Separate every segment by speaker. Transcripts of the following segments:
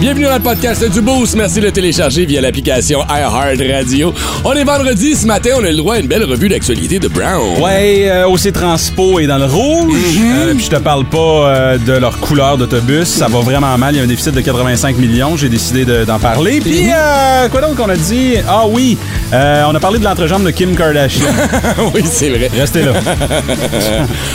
Speaker 1: Bienvenue dans le podcast du Boost. Merci de le télécharger via l'application iHeartRadio. On est vendredi. Ce matin, on a le droit à une belle revue d'actualité de Brown.
Speaker 2: Ouais, euh, OC Transpo est dans le rouge. Euh, puis je te parle pas euh, de leur couleur d'autobus. Ça va vraiment mal. Il y a un déficit de 85 millions. J'ai décidé de- d'en parler. Puis euh, quoi d'autre qu'on a dit? Ah oui, euh, on a parlé de l'entrejambe de Kim Kardashian.
Speaker 1: oui, c'est vrai.
Speaker 2: Restez là.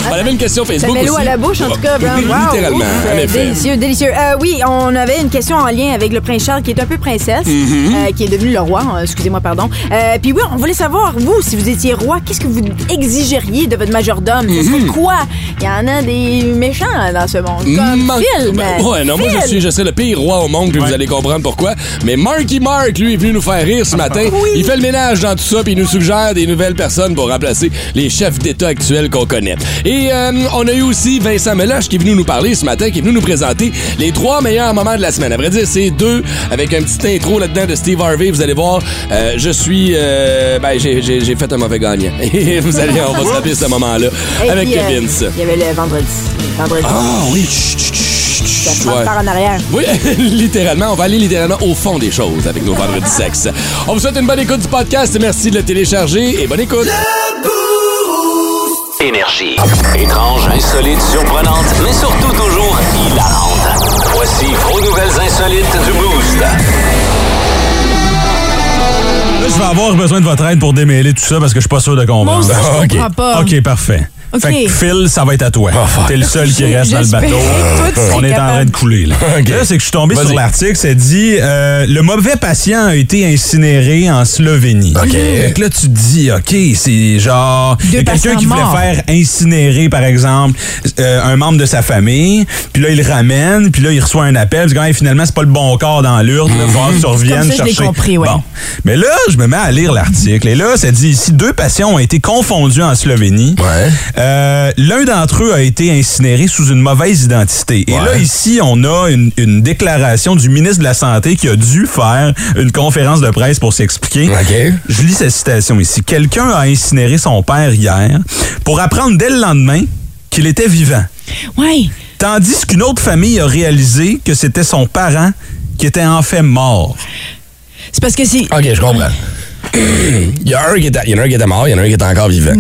Speaker 1: On avait une question
Speaker 3: Ça
Speaker 1: Facebook
Speaker 3: met l'eau
Speaker 1: aussi.
Speaker 3: à la bouche, en tout cas, Brown. Wow.
Speaker 1: Littéralement,
Speaker 3: Euh,
Speaker 1: en effet.
Speaker 3: Délicieux, délicieux. Euh, oui, on avait une question en lien avec le prince Charles, qui est un peu princesse,
Speaker 1: Mm-hmm.
Speaker 3: euh, qui est devenu le roi, euh, excusez-moi, pardon. Euh, Puis oui, on voulait savoir, vous, si vous étiez roi, qu'est-ce que vous exigeriez de votre majordome? Ce
Speaker 1: Mm-hmm.
Speaker 3: serait quoi? Il y en a des méchants hein, dans ce monde, comme
Speaker 1: Mar-
Speaker 3: Phil.
Speaker 1: Ben, ouais, non, moi je
Speaker 3: Phil.
Speaker 1: suis, je serais le pire roi au monde, puis vous allez comprendre pourquoi. Mais Marky Mark, lui, est venu nous faire rire ce matin. Il fait le ménage dans tout ça, puis il nous suggère des nouvelles personnes pour remplacer les chefs d'État actuels qu'on connaît. Et euh, on a eu aussi Vincent Meloche qui est venu nous parler ce matin, qui est venu nous présenter les trois meilleurs moments de la semaine. À vrai dire, c'est deux, avec un petit intro là-dedans de Steve Harvey. Vous allez voir, euh, je suis. euh, ben, j'ai- j'ai j'ai fait un mauvais gagnant. Et vous allez, on va se rappeler ce moment-là
Speaker 3: Et
Speaker 1: avec
Speaker 3: puis, euh,
Speaker 1: Kevin.
Speaker 3: Il y avait le vendredi. Vendredi.
Speaker 1: Ah oui, chut, chut, chut, chut,
Speaker 3: Ça
Speaker 1: chut,
Speaker 3: prend
Speaker 1: ouais.
Speaker 3: par en arrière.
Speaker 1: Oui, littéralement, on va aller littéralement au fond des choses avec nos vendredis sexe. On vous souhaite une bonne écoute du podcast. Merci de le télécharger et bonne écoute.
Speaker 4: Énergie. Étrange, insolite, surprenante, mais surtout toujours hilarante. Voici vos nouvelles insolites du Boost.
Speaker 5: Là, je vais avoir besoin de votre aide pour démêler tout ça parce que je suis pas sûr de comprendre.
Speaker 3: Moi aussi, je
Speaker 5: Ah,
Speaker 3: comprends
Speaker 5: OK.
Speaker 3: pas.
Speaker 5: OK, parfait.
Speaker 3: OK.
Speaker 5: Fait que Phil, ça va être à toi. T'es le seul qui reste dans le
Speaker 3: J'espère
Speaker 5: bateau.
Speaker 3: que toi, tu
Speaker 5: On
Speaker 3: serais
Speaker 5: est en train
Speaker 3: capable.
Speaker 5: de couler. Là, Là, c'est que je suis tombé sur l'article. Ça dit euh, Le mauvais patient a été incinéré en Slovénie. OK. Fait que là, tu te dis OK, c'est genre. Il y a
Speaker 3: Deux
Speaker 5: quelqu'un
Speaker 3: patients
Speaker 5: qui voulait
Speaker 3: morts.
Speaker 5: faire incinérer, par exemple, euh, un membre de sa famille. Puis là, il le ramène. Puis là, il reçoit un appel. Puis hey, finalement, c'est pas le bon corps dans l'urne. Il faut que tu reviennes
Speaker 3: Mhm. Comme ça, je l'ai
Speaker 5: chercher.
Speaker 3: compris, ouais.
Speaker 5: Bon. Mais là, je me mets à lire l'article. Et là, ça dit ici, deux patients ont été confondus en Slovénie. Euh, L'un d'entre eux a été incinéré sous une mauvaise identité. Et là, ici, on a une, une déclaration du ministre de la Santé qui a dû faire une conférence de presse pour s'expliquer. Je lis cette citation ici. Quelqu'un a incinéré son père hier pour apprendre dès le lendemain qu'il était vivant.
Speaker 3: Ouais.
Speaker 5: Tandis qu'une autre famille a réalisé que c'était son parent qui était en fait mort.
Speaker 3: C'est parce que c'est.
Speaker 1: OK, je comprends. Il y, a un qui était- il y en a un qui était mort, il y en a un qui était encore vivant.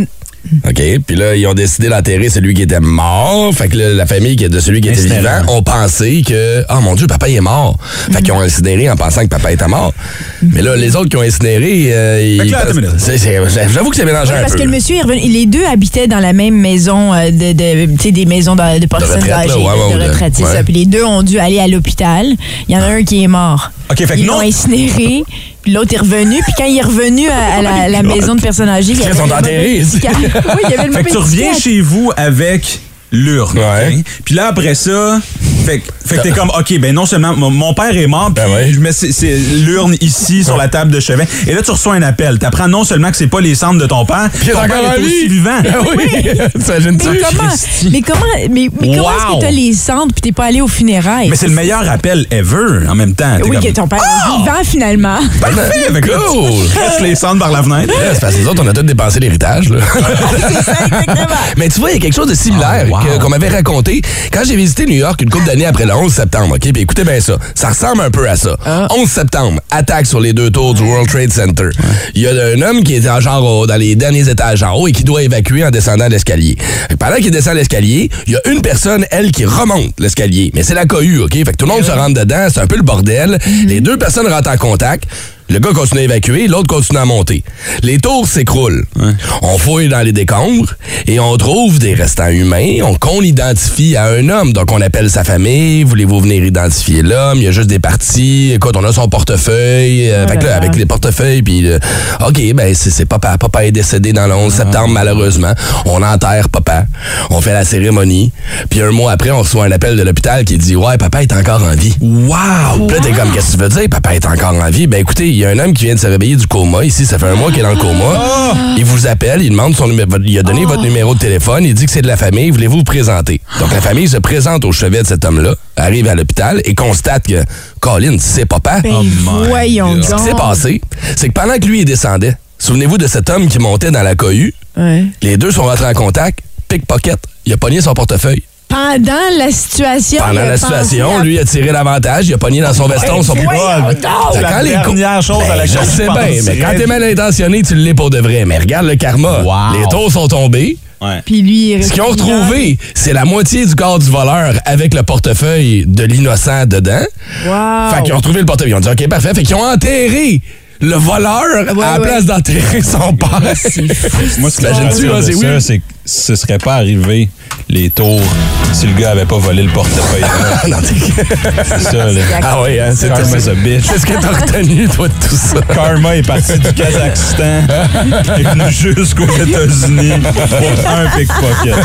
Speaker 1: OK, puis là, ils ont décidé d'enterrer celui qui était mort. Fait que là, la famille qui est de celui qui était
Speaker 5: Incinéré.
Speaker 1: vivant ont pensé que, oh mon Dieu, papa il est mort. Fait qu'ils ont incinéré en pensant que papa était mort. Mais là, les autres qui ont incinéré, euh,
Speaker 5: Fait
Speaker 1: ils-
Speaker 5: que là, attends une minute.
Speaker 1: c'est- c'est- j'avoue que c'est mélangé un
Speaker 3: Parce
Speaker 1: peu.
Speaker 3: que le
Speaker 1: là.
Speaker 3: monsieur, est revenu- les deux habitaient dans la même maison, euh, de, de, tu sais, des maisons de, de personnes
Speaker 1: retraite, là,
Speaker 3: âgées,
Speaker 1: ouais, ouais,
Speaker 3: de
Speaker 1: ouais.
Speaker 3: retraite, c'est
Speaker 1: Ouais.
Speaker 3: ça. Puis les deux ont dû aller à l'hôpital. Il y en a un qui est mort.
Speaker 5: OK, fait que
Speaker 3: Ils
Speaker 5: non-
Speaker 3: l'ont incinéré, puis l'autre est revenu. Puis quand il est revenu à, à la, la maison de personnes âgées, il y
Speaker 1: Ils sont
Speaker 3: avait le
Speaker 1: enterrés,
Speaker 3: mauvais
Speaker 1: ici.
Speaker 3: petit car- Oui, il y avait le
Speaker 5: Fait
Speaker 3: mauvais
Speaker 5: que tu reviens
Speaker 3: petit
Speaker 5: chez vous avec l'urne.
Speaker 1: Ouais.
Speaker 5: ok? Puis là, après ça, fait, que- fait que t'es comme, OK, ben non seulement mon, mon père est mort, puis
Speaker 1: Ben ouais.
Speaker 5: je mets c'est- c'est l'urne ici sur la table de chevet. Et là, tu reçois un appel. T'apprends non seulement que c'est pas les cendres de ton père,
Speaker 1: Puis il est
Speaker 5: ton
Speaker 1: encore
Speaker 5: père
Speaker 1: en
Speaker 5: est aussi
Speaker 1: vie.
Speaker 5: vivant.
Speaker 1: Ah oui, t'imagines ça?
Speaker 3: car. Mais comment,
Speaker 5: Christi.
Speaker 3: mais comment, mais, mais comment est-ce
Speaker 5: Wow.
Speaker 3: que t'as les cendres puis t'es pas allé aux funérailles?
Speaker 5: Mais c'est le meilleur appel ever en même temps. T'es
Speaker 3: Oui,
Speaker 5: comme,
Speaker 3: que ton père est vivant finalement.
Speaker 5: Parfait, avec le
Speaker 1: Cool.
Speaker 5: reste les cendres par la fenêtre.
Speaker 1: Là, c'est parce que les autres, on a tous dépensé l'héritage. là. Mais tu vois, il y a quelque chose de similaire
Speaker 5: Ah, wow.
Speaker 1: que- qu'on m'avait raconté quand j'ai visité New York une couple d'années après le 11 septembre. OK? Puis écoutez bien ça. Ça ressemble un peu à ça. 11 septembre, attaque sur les deux tours du World Trade Center. Il y a un homme qui est en genre au- dans les derniers étages en haut et qui doit évacuer en descendant l'escalier. Fait que Pendant qu'il descend l'escalier, il y a une personne, elle, qui remonte l'escalier. Mais c'est la cohue, OK? Fait que tout le monde se rentre dedans, c'est un peu le bordel. Les deux personnes rentrent en contact. Le gars continue à évacuer, l'autre continue à monter. Les tours s'écroulent. On fouille dans les décombres et on trouve des restants humains on- qu'on identifie à un homme. Donc, on appelle sa famille. Voulez-vous venir identifier l'homme? Il y a juste des parties. Écoute, on a son portefeuille. Euh, fait que là, avec les portefeuilles, puis euh, OK, ben c'est c'est papa. Papa est décédé dans le 11 septembre, malheureusement. On enterre papa. On fait la cérémonie. Puis un mois après, on reçoit un appel de l'hôpital qui dit « Ouais, papa est encore en vie. » Wow! Puis là, t'es comme « Qu'est-ce que tu veux dire? Papa est encore en vie? » Ben écoutez, il y a un homme qui vient de se réveiller du coma. Ici, ça fait un mois qu'il est dans le coma.
Speaker 3: Ah!
Speaker 1: Il vous appelle, il demande son numéro. Il a donné votre numéro de téléphone. Il dit que c'est de la famille. Voulez-vous vous présenter? Donc, la famille se présente au chevet de cet homme-là, arrive à l'hôpital et constate que Colin, c'est papa.
Speaker 3: Ben, voyons
Speaker 1: Oh Ce qui s'est
Speaker 3: donc.
Speaker 1: passé, c'est que pendant que lui, il descendait, Souvenez-vous de cet homme qui montait dans la cohue.
Speaker 6: Ouais.
Speaker 1: Les deux sont rentrés en contact. Pickpocket. Il a pogné son portefeuille.
Speaker 6: Pendant la situation.
Speaker 1: Pendant
Speaker 6: il a
Speaker 1: la
Speaker 6: pensé
Speaker 1: situation,
Speaker 6: à-
Speaker 1: lui a tiré l'avantage. Il a pogné dans son veston son
Speaker 6: voyons
Speaker 1: pickpocket.
Speaker 6: donc!
Speaker 1: C'est
Speaker 5: la
Speaker 1: quand les cou-
Speaker 5: dernière chose à
Speaker 1: Ben,
Speaker 5: laquelle
Speaker 1: je
Speaker 5: tu
Speaker 1: sais bien, mais
Speaker 5: penserais.
Speaker 1: quand t'es mal intentionné, tu l'es pour de vrai. Mais regarde le karma.
Speaker 5: Wow.
Speaker 1: Les taux sont tombés.
Speaker 5: Ouais.
Speaker 6: Puis lui, il
Speaker 1: Ce qu'ils ont
Speaker 6: respire.
Speaker 1: retrouvé, c'est la moitié du corps du voleur avec le portefeuille de l'innocent dedans.
Speaker 6: Wow.
Speaker 1: Fait qu'ils ont retrouvé le portefeuille. Ils ont dit OK, parfait. Fait qu'ils ont enterré le voleur
Speaker 6: Ouais,
Speaker 1: à la
Speaker 6: ouais.
Speaker 1: place d'enterrer son père.
Speaker 5: Moi, ce que
Speaker 1: T'imagines-tu,
Speaker 5: je
Speaker 1: hein,
Speaker 5: retiens de
Speaker 1: c'est
Speaker 5: ça,
Speaker 1: oui.
Speaker 5: c'est que ce serait pas arrivé les tours si le gars avait pas volé le portefeuille.
Speaker 1: Non, t'es-
Speaker 5: Ah, c'est ça, là.
Speaker 1: ah oui, hein, c'est
Speaker 5: Karma is a bitch.
Speaker 1: c'est ce que t'as retenu, toi, de tout ça.
Speaker 5: Karma est parti du Kazakhstan et venu jusqu'aux États-Unis pour un pickpocket.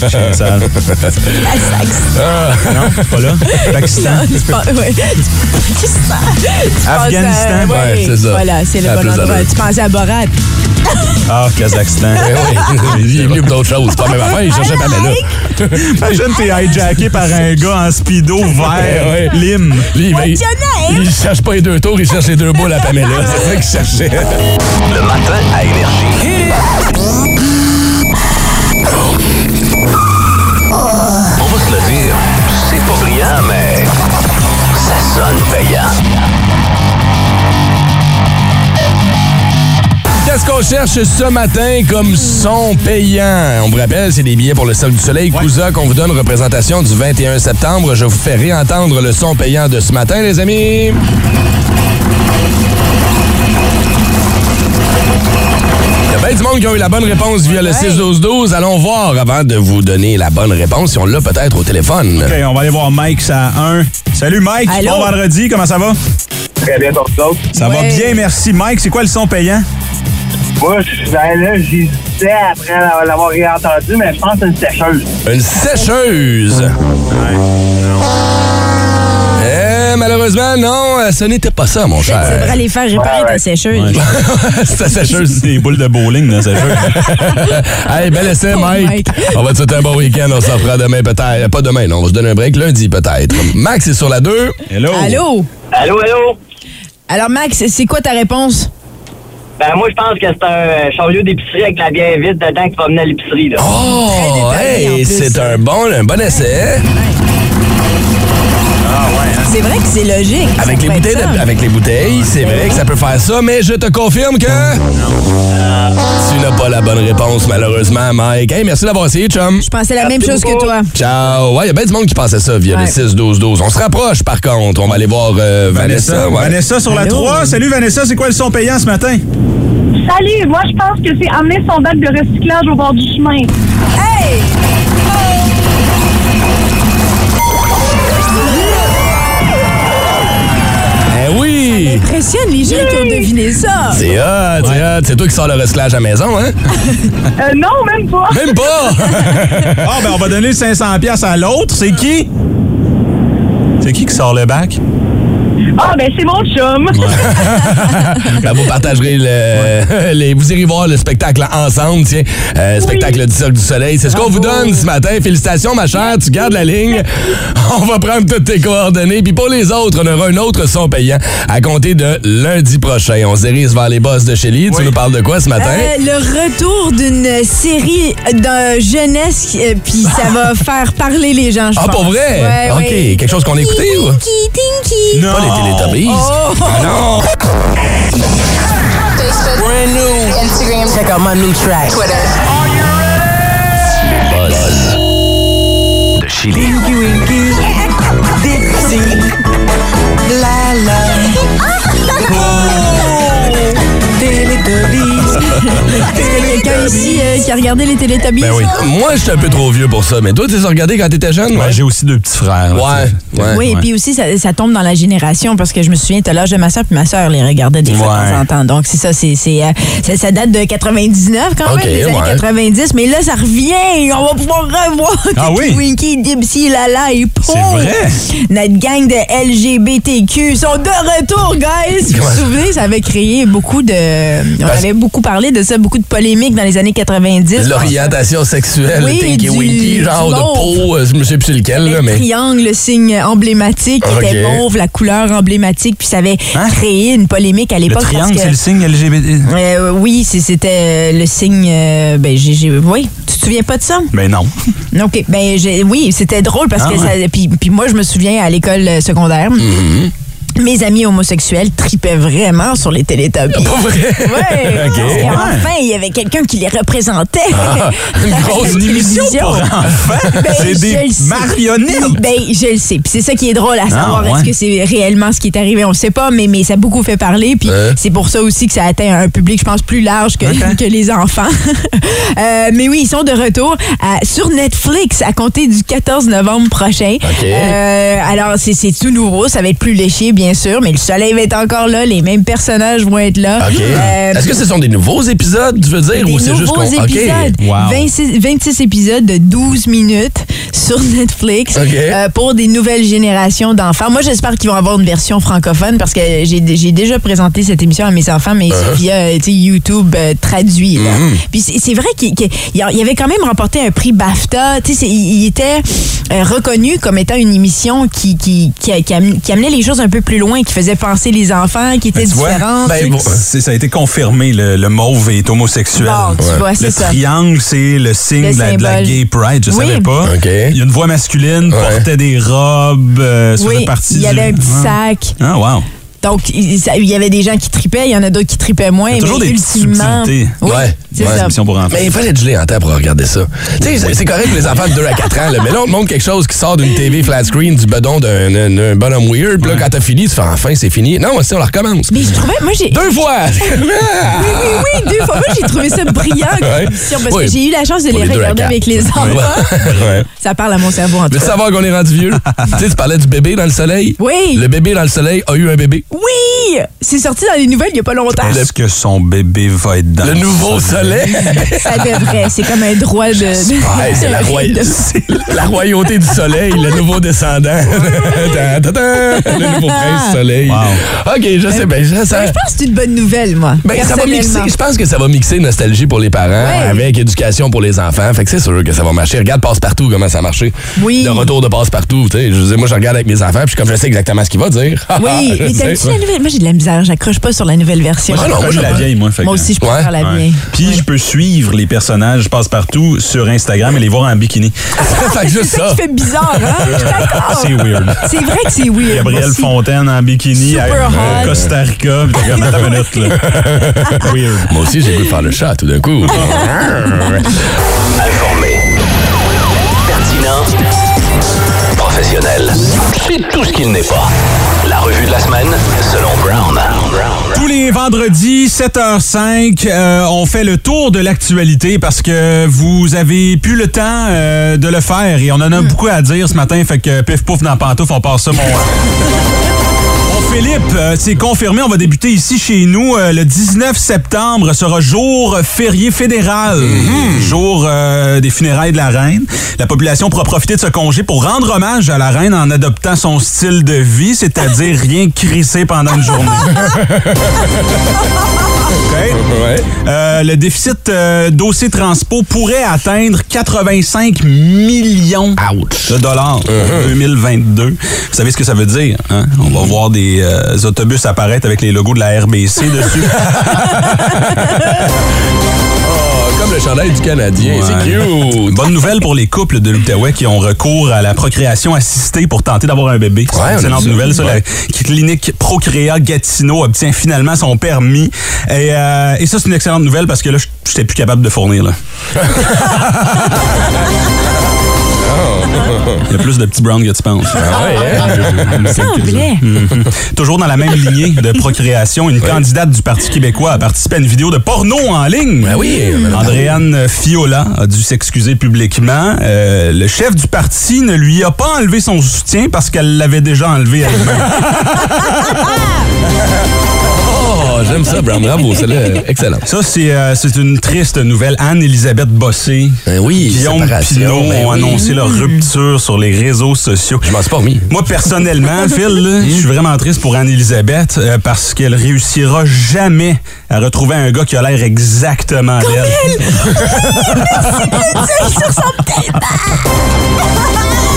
Speaker 5: Je suis comme ça.
Speaker 6: Ah,
Speaker 5: Non, pas là. Pakistan.
Speaker 6: Tu penses- ouais. Tu penses à- tu penses à-
Speaker 5: Afghanistan,
Speaker 1: ouais, c'est ça.
Speaker 6: Voilà, c'est
Speaker 1: Ça
Speaker 6: le
Speaker 1: a
Speaker 6: bon
Speaker 1: plus
Speaker 6: endroit.
Speaker 1: d'allure.
Speaker 6: Tu pensais à Borat.
Speaker 5: Ah, Kazakhstan.
Speaker 1: Eh oui, Il est venu pour d'autres choses. C'est pas la même affaire, il cherchait Pamela.
Speaker 5: Imagine t'es hijacké par un gars en speedo
Speaker 1: Ouais, ouais.
Speaker 5: vert, lime.
Speaker 1: Lui, il, va- il cherche pas les deux tours, il cherche les deux boules à Pamela. C'est ça qu'il cherchait.
Speaker 4: Le matin à Énergie. On va se le dire, c'est pas brillant, mais ça sonne payant.
Speaker 1: Qu'est-ce qu'on cherche ce matin comme son payant? On vous rappelle, c'est des billets pour le Cirque du Soleil. Cousa qu'on vous donne, représentation du 21 septembre. Je vous fais réentendre le son payant de ce matin, les amis. Il y a bien du monde qui a eu la bonne réponse via le 6-12-12. Allons voir avant de vous donner la bonne réponse, si on l'a peut-être au téléphone.
Speaker 5: OK, on va aller voir Mike, ça a un. Salut Mike,
Speaker 6: Allô?
Speaker 5: bon vendredi, comment ça va?
Speaker 7: Très bien, pour vous autres.
Speaker 5: Ça va
Speaker 6: Ouais.
Speaker 5: bien, merci. Mike, c'est quoi le son payant?
Speaker 7: Moi, je- ben là, j'hésitais après l'avoir réentendu, mais je pense que c'est une sécheuse.
Speaker 1: Une sécheuse. Eh, malheureusement, non, euh, ce n'était pas ça, mon
Speaker 6: C'est
Speaker 1: cher.
Speaker 6: vrai, les faire réparer ta sécheuse.
Speaker 1: C'est la sécheuse.
Speaker 5: Des boules de bowling dans cette jeu.
Speaker 1: Hey, bel essai,
Speaker 6: Oh,
Speaker 1: Mike.
Speaker 6: Mike.
Speaker 1: On va te souhaiter un bon week-end. On s'en fera demain, peut-être. Pas demain, non. On va se donner un break lundi, peut-être. Max est sur la 2.
Speaker 5: Hello.
Speaker 6: Allô?
Speaker 7: Allô, allô?
Speaker 6: Alors, Max, c'est quoi ta réponse?
Speaker 7: Ben moi, je pense que c'est un chariot d'épicerie avec la bière vide dedans qui va mener à l'épicerie, là.
Speaker 1: Oh,
Speaker 6: Très détaillé, en
Speaker 1: hey,
Speaker 6: plus.
Speaker 1: c'est un bon, un bon essai.
Speaker 6: C'est vrai que c'est logique.
Speaker 1: Avec
Speaker 6: Ça
Speaker 1: les
Speaker 6: peut être
Speaker 1: bouteilles,
Speaker 6: ça.
Speaker 1: de- avec les bouteilles, c'est vrai que ça peut faire ça, mais je te confirme que... Tu n'as pas la bonne réponse, malheureusement, Mike. Hey, merci d'avoir essayé, chum.
Speaker 6: Je pensais la même chose que toi.
Speaker 1: Ciao. Ouais, il y a bien du monde qui pensait ça via
Speaker 6: Ouais.
Speaker 1: le 6-12-12. On se rapproche, par contre. On va aller voir euh, Vanessa.
Speaker 5: Vanessa,
Speaker 1: ouais.
Speaker 5: Vanessa sur la
Speaker 6: Allô?
Speaker 5: 3. Salut Vanessa, c'est quoi le son payant ce matin?
Speaker 8: Salut, moi je pense que c'est amener son bac de recyclage au bord du chemin.
Speaker 1: Eh oui!
Speaker 6: Impressionne les gens qui ont deviné ça.
Speaker 1: C'est hot, c'est hot. C'est toi qui sors le recyclage à la maison, hein?
Speaker 8: Euh, non, même pas.
Speaker 1: Même pas!
Speaker 5: Ah, ben on va donner le 500$ piastres à l'autre. C'est qui? C'est qui qui sort le bac?
Speaker 8: Ah, ben c'est mon chum.
Speaker 1: Ben, vous partagerez le. les- vous irez voir le spectacle ensemble, tiens. Euh, spectacle du Cirque du Soleil. C'est ce qu'on vous donne ce matin. Félicitations, ma chère. Tu gardes la ligne. On va prendre toutes tes coordonnées. Puis pour les autres, on aura un autre son payant à compter de lundi prochain. On se dirige vers les boss de Shelly. Tu nous parles de quoi ce matin?
Speaker 6: Euh, le retour d'une série de jeunesse, qui- euh, puis ça va faire parler les gens, je
Speaker 1: ah,
Speaker 6: pense.
Speaker 1: pour vrai?
Speaker 6: Ouais,
Speaker 1: OK.
Speaker 6: ouais.
Speaker 1: Quelque chose qu'on a écouté ou?
Speaker 6: Tinky, Tinky.
Speaker 1: Pas les Teletubbies.
Speaker 6: Oh.
Speaker 1: Ah, non!
Speaker 9: Check out my new track.
Speaker 4: De Chili.
Speaker 9: La la.
Speaker 6: Quelqu'un ici euh, qui a regardé les Teletubbies?
Speaker 1: Ben oui. Moi, je suis un peu trop vieux pour ça, mais toi, tu les as regardés quand t'étais jeune?
Speaker 5: Ouais, j'ai aussi deux petits frères. là,
Speaker 1: Ouais,
Speaker 5: tu sais.
Speaker 1: ouais.
Speaker 6: Oui, et puis aussi, ça, ça tombe dans la génération parce que je me souviens, t'as l'âge de ma soeur, puis ma soeur les regardait des fois de
Speaker 5: Ouais.
Speaker 6: temps en temps. Donc, c'est ça, c'est, c'est, euh, ça, ça date de 99 quand
Speaker 1: Ok,
Speaker 6: même, des années
Speaker 1: ouais.
Speaker 6: 90, mais là, ça revient. On va pouvoir revoir
Speaker 5: Ah
Speaker 6: Kiki
Speaker 5: oui?
Speaker 6: Winky, Dipsy, Lala et Paul.
Speaker 5: C'est vrai?
Speaker 6: Notre gang de LGBTQ sont de retour, guys. Vous vous souvenez, ça avait créé beaucoup de. On
Speaker 1: Parce-
Speaker 6: avait beaucoup parlé de ça, beaucoup de polémiques dans les années 90. indice.
Speaker 1: L'orientation sexuelle,
Speaker 6: Oui,
Speaker 1: Tinky
Speaker 6: du-
Speaker 1: Winky,
Speaker 6: du
Speaker 1: genre de
Speaker 6: mauve.
Speaker 1: peau, euh, je ne sais plus lequel, là, mais.
Speaker 6: Triangle, le signe emblématique, qui était
Speaker 1: Ok.
Speaker 6: mauve, la couleur emblématique, puis ça avait créé une polémique à
Speaker 5: Hein? Le
Speaker 6: l'époque. parce
Speaker 5: triangle,
Speaker 6: que-
Speaker 5: c'est le signe LGBT.
Speaker 6: Euh, oui, c'est- c'était euh, le signe. euh, ben, j'ai, j'ai- oui, tu te souviens pas de ça?
Speaker 5: Mais Ben non.
Speaker 6: OK. Ben, j'ai- oui, c'était drôle parce
Speaker 5: Ah
Speaker 6: que ça. Puis, puis moi, je me souviens à l'école euh, secondaire.
Speaker 5: Mm-hmm.
Speaker 6: Mes amis homosexuels tripaient vraiment sur les Teletubbies.
Speaker 1: Pas vrai?
Speaker 6: Ouais.
Speaker 5: Ah, Ok.
Speaker 6: Parce
Speaker 5: Ouais. Ah,
Speaker 6: qu'enfin, il y avait quelqu'un qui les représentait.
Speaker 1: une grosse
Speaker 6: Une
Speaker 1: émission
Speaker 6: télévision.
Speaker 5: enfants.
Speaker 6: Ben,
Speaker 5: C'est
Speaker 6: je
Speaker 5: des
Speaker 6: le sais.
Speaker 5: marionnettes.
Speaker 6: Ben, je le sais. Puis c'est ça qui est drôle
Speaker 1: Ah,
Speaker 6: à savoir.
Speaker 5: ouais.
Speaker 6: Est-ce que c'est réellement ce qui est arrivé? On ne sait pas, mais, mais ça a beaucoup fait parler. Puis
Speaker 1: Ouais.
Speaker 6: c'est pour ça aussi que ça atteint un public, je pense, plus large que, que les enfants. Euh, mais oui, ils sont de retour à- sur Netflix à compter du 14 novembre prochain.
Speaker 1: OK.
Speaker 6: Euh, alors, c'est c'est tout nouveau. Ça va être plus léché, bien sûr, mais le soleil va être encore là. Les mêmes personnages vont être là.
Speaker 1: OK.
Speaker 6: Euh,
Speaker 1: Est-ce que ce sont des nouveaux épisodes, tu veux dire,
Speaker 6: des
Speaker 1: ou c'est juste
Speaker 6: nouveaux
Speaker 1: qu'on. OK.
Speaker 6: épisodes.
Speaker 5: Wow.
Speaker 6: 26, 26 épisodes de 12 minutes sur Netflix
Speaker 1: OK.
Speaker 6: euh, pour des nouvelles générations d'enfants. Moi, j'espère qu'ils vont avoir une version francophone parce que j'ai j'ai déjà présenté cette émission à mes enfants, mais
Speaker 1: Uh-huh.
Speaker 6: c'est via euh, tu sais, YouTube euh, traduit. là.
Speaker 1: Mm-hmm.
Speaker 6: Puis c'est c'est vrai qu'il qu'il- il y avait quand même remporté un prix BAFTA. Tu sais, c'est- il il était euh, reconnu comme étant une émission qui, qui, qui, qui am- qui amenait les choses un peu plus loin, qui faisait penser les enfants, qui était
Speaker 5: tu vois,
Speaker 6: différente.
Speaker 1: ben, bon,
Speaker 5: C'est- Ça a été confirmé, le, le mauve est homosexuel.
Speaker 6: Bon, tu vois, c'est
Speaker 5: le
Speaker 6: ça.
Speaker 5: triangle, c'est le signe
Speaker 6: Le
Speaker 5: de la, de la
Speaker 6: symbole.
Speaker 5: gay pride, je
Speaker 6: Oui.
Speaker 5: savais pas.
Speaker 1: OK.
Speaker 5: Il y a une voix masculine,
Speaker 1: Ouais.
Speaker 5: portait des robes, euh, ça
Speaker 6: oui,
Speaker 5: faisait partie
Speaker 6: il y
Speaker 5: du-
Speaker 6: avait un petit
Speaker 5: Ouais.
Speaker 6: sac.
Speaker 5: Ah, wow.
Speaker 6: Donc, il ça- il y avait des gens qui tripaient, il y en a d'autres qui tripaient moins.
Speaker 5: Il y a toujours
Speaker 6: mais
Speaker 5: des petites
Speaker 6: ultimement,
Speaker 5: subtilités.
Speaker 6: Oui,
Speaker 1: Ouais,
Speaker 6: c'est
Speaker 1: ouais.
Speaker 6: ça.
Speaker 5: Émission pour enfants.
Speaker 1: Mais il fallait être gelé en temps pour regarder ça. Tu sais, c'est- c'est correct pour les enfants de 2 à 4 ans, là, mais là, on te montre quelque chose qui sort d'une TV flat screen, du bedon d'un d'un- d'un bonhomme weird, puis là, quand t'as fini, tu fais enfin, c'est fini. Non, si on la recommence.
Speaker 6: Mais je trouvais, moi j'ai.
Speaker 1: Deux fois!
Speaker 6: Oui, oui, oui, deux fois. Moi j'ai trouvé ça brillant comme
Speaker 1: Ouais.
Speaker 6: émission, parce
Speaker 1: Oui.
Speaker 6: que j'ai eu la chance de
Speaker 1: Pour
Speaker 6: les
Speaker 1: les deux à
Speaker 6: regarder avec
Speaker 1: quatre.
Speaker 6: les enfants.
Speaker 1: Ouais.
Speaker 6: Ça parle à mon cerveau en tout
Speaker 1: Mais de
Speaker 6: cas.
Speaker 1: savoir qu'on est rendu vieux. tu sais, tu parlais du bébé dans le soleil.
Speaker 6: Oui.
Speaker 1: Le bébé dans le soleil a eu un bébé.
Speaker 6: Oui! C'est sorti dans les nouvelles il n'y a pas longtemps.
Speaker 5: Est-ce que son bébé va être dans
Speaker 1: Le nouveau soleil.
Speaker 6: Ça devrait. C'est comme un droit de.
Speaker 1: Ouais, c'est la, roya- c'est la royauté du soleil, le nouveau descendant. Ta- ta- ta, le nouveau prince soleil.
Speaker 5: Wow.
Speaker 1: OK, je sais, ben, je- Ah. ça,
Speaker 6: Je pense que c'est une bonne nouvelle, moi.
Speaker 1: ben, ça va mixer.
Speaker 6: personnellement.
Speaker 1: Je pense que ça va mixer nostalgie pour les parents
Speaker 6: Ouais.
Speaker 1: avec éducation pour les enfants. Fait que c'est sûr que ça va marcher. Regarde Passe-Partout, comment ça a marché.
Speaker 6: Oui.
Speaker 1: Le retour de Passe-Partout, tu sais. Je veux dire, moi, je regarde avec mes enfants, puis comme je sais exactement ce qu'il va dire.
Speaker 6: Oui,
Speaker 1: Ah, Je
Speaker 6: mais
Speaker 1: sais.
Speaker 6: t'aimes-tu la nouvelle? Moi, j'ai de la misère. J'accroche pas sur la nouvelle version.
Speaker 1: Ah non, moi,
Speaker 5: Moi, je la vieille, moi. fait
Speaker 6: Moi
Speaker 5: que-
Speaker 6: aussi, je
Speaker 1: Ouais.
Speaker 6: préfère la
Speaker 5: Ouais.
Speaker 6: vieille.
Speaker 5: Puis je peux suivre les personnages, je passe partout sur Instagram et les voir en bikini.
Speaker 1: fait
Speaker 6: C'est
Speaker 1: que juste
Speaker 6: ça
Speaker 1: ça.
Speaker 6: qui fait bizarre, hein? Je suis d'accord.
Speaker 5: Ah, C'est weird.
Speaker 6: C'est vrai que c'est weird.
Speaker 5: Gabriel
Speaker 6: Moi aussi.
Speaker 5: Fontaine en bikini
Speaker 6: Super
Speaker 5: à-
Speaker 6: hot.
Speaker 5: au Costa Rica. Puis t'es comme, attends une minute, là. Weird.
Speaker 1: Moi aussi, j'ai goût de faire le chat tout d'un coup.
Speaker 4: Informé. Pertinent. Professionnel. C'est tout ce qu'il n'est pas. La revue de la semaine, selon Brown.
Speaker 5: Tous les vendredis, 7h05, euh, on fait le tour de l'actualité parce que vous avez plus le temps euh, de le faire et on en a beaucoup à dire ce matin. Fait que pif pouf dans pantouf, on passe ça, mon. Bon, Philippe, euh, c'est confirmé, on va débuter ici chez nous. euh, le 19 septembre sera jour férié fédéral, jour euh, des funérailles de la reine. La population pourra profiter de ce congé pour rendre hommage à la reine en adoptant son style de vie, c'est-à-dire rien crisser pendant une journée. OK?
Speaker 1: ouais.
Speaker 5: Euh, le déficit euh, dossier transpo pourrait atteindre 85 millions de dollars en 2022. Vous savez ce que ça veut dire? hein? On va voir des euh, autobus apparaître avec les logos de la RBC dessus.
Speaker 1: Ah, Comme le chandail du Canadien, c'est cute.
Speaker 5: Bonne nouvelle pour les couples de l'Outaouais qui ont recours à la procréation assistée pour tenter d'avoir un bébé. C'est
Speaker 1: Ouais,
Speaker 5: une
Speaker 1: on a
Speaker 5: excellente
Speaker 1: vu ça.
Speaker 5: nouvelle. Ça,
Speaker 1: Ouais.
Speaker 5: La clinique Procréa Gatineau obtient finalement son permis. Et, euh, et ça, c'est une excellente nouvelle parce que là, je n'étais plus capable de fournir. Là. Il y a plus de petits browns que tu penses.
Speaker 1: Ah ouais, hein?
Speaker 6: Semblait.
Speaker 5: Hmm. Toujours dans la même lignée de procréation, une candidate du Parti québécois a participé à une vidéo de porno en ligne.
Speaker 1: Ben oui, madame.
Speaker 5: Andréane Fiola a dû s'excuser publiquement. Euh, le chef du parti ne lui a pas enlevé son soutien parce qu'elle l'avait déjà enlevé elle-même.
Speaker 1: Oh, Ah, j'aime ça, Bram, bravo, celle-là, excellent.
Speaker 5: Ça, c'est euh, c'est une triste nouvelle. Anne-Elisabeth Bossé,
Speaker 1: Ben oui,
Speaker 5: Guillaume
Speaker 1: séparation,
Speaker 5: Pinot
Speaker 1: ben
Speaker 5: ont
Speaker 1: oui.
Speaker 5: annoncé leur rupture sur les réseaux sociaux.
Speaker 1: Je m'en suis pas remis.
Speaker 5: Moi, personnellement, Phil, là, je suis vraiment triste pour Anne-Elisabeth euh, parce qu'elle réussira jamais à retrouver un gars qui a l'air exactement d'elle.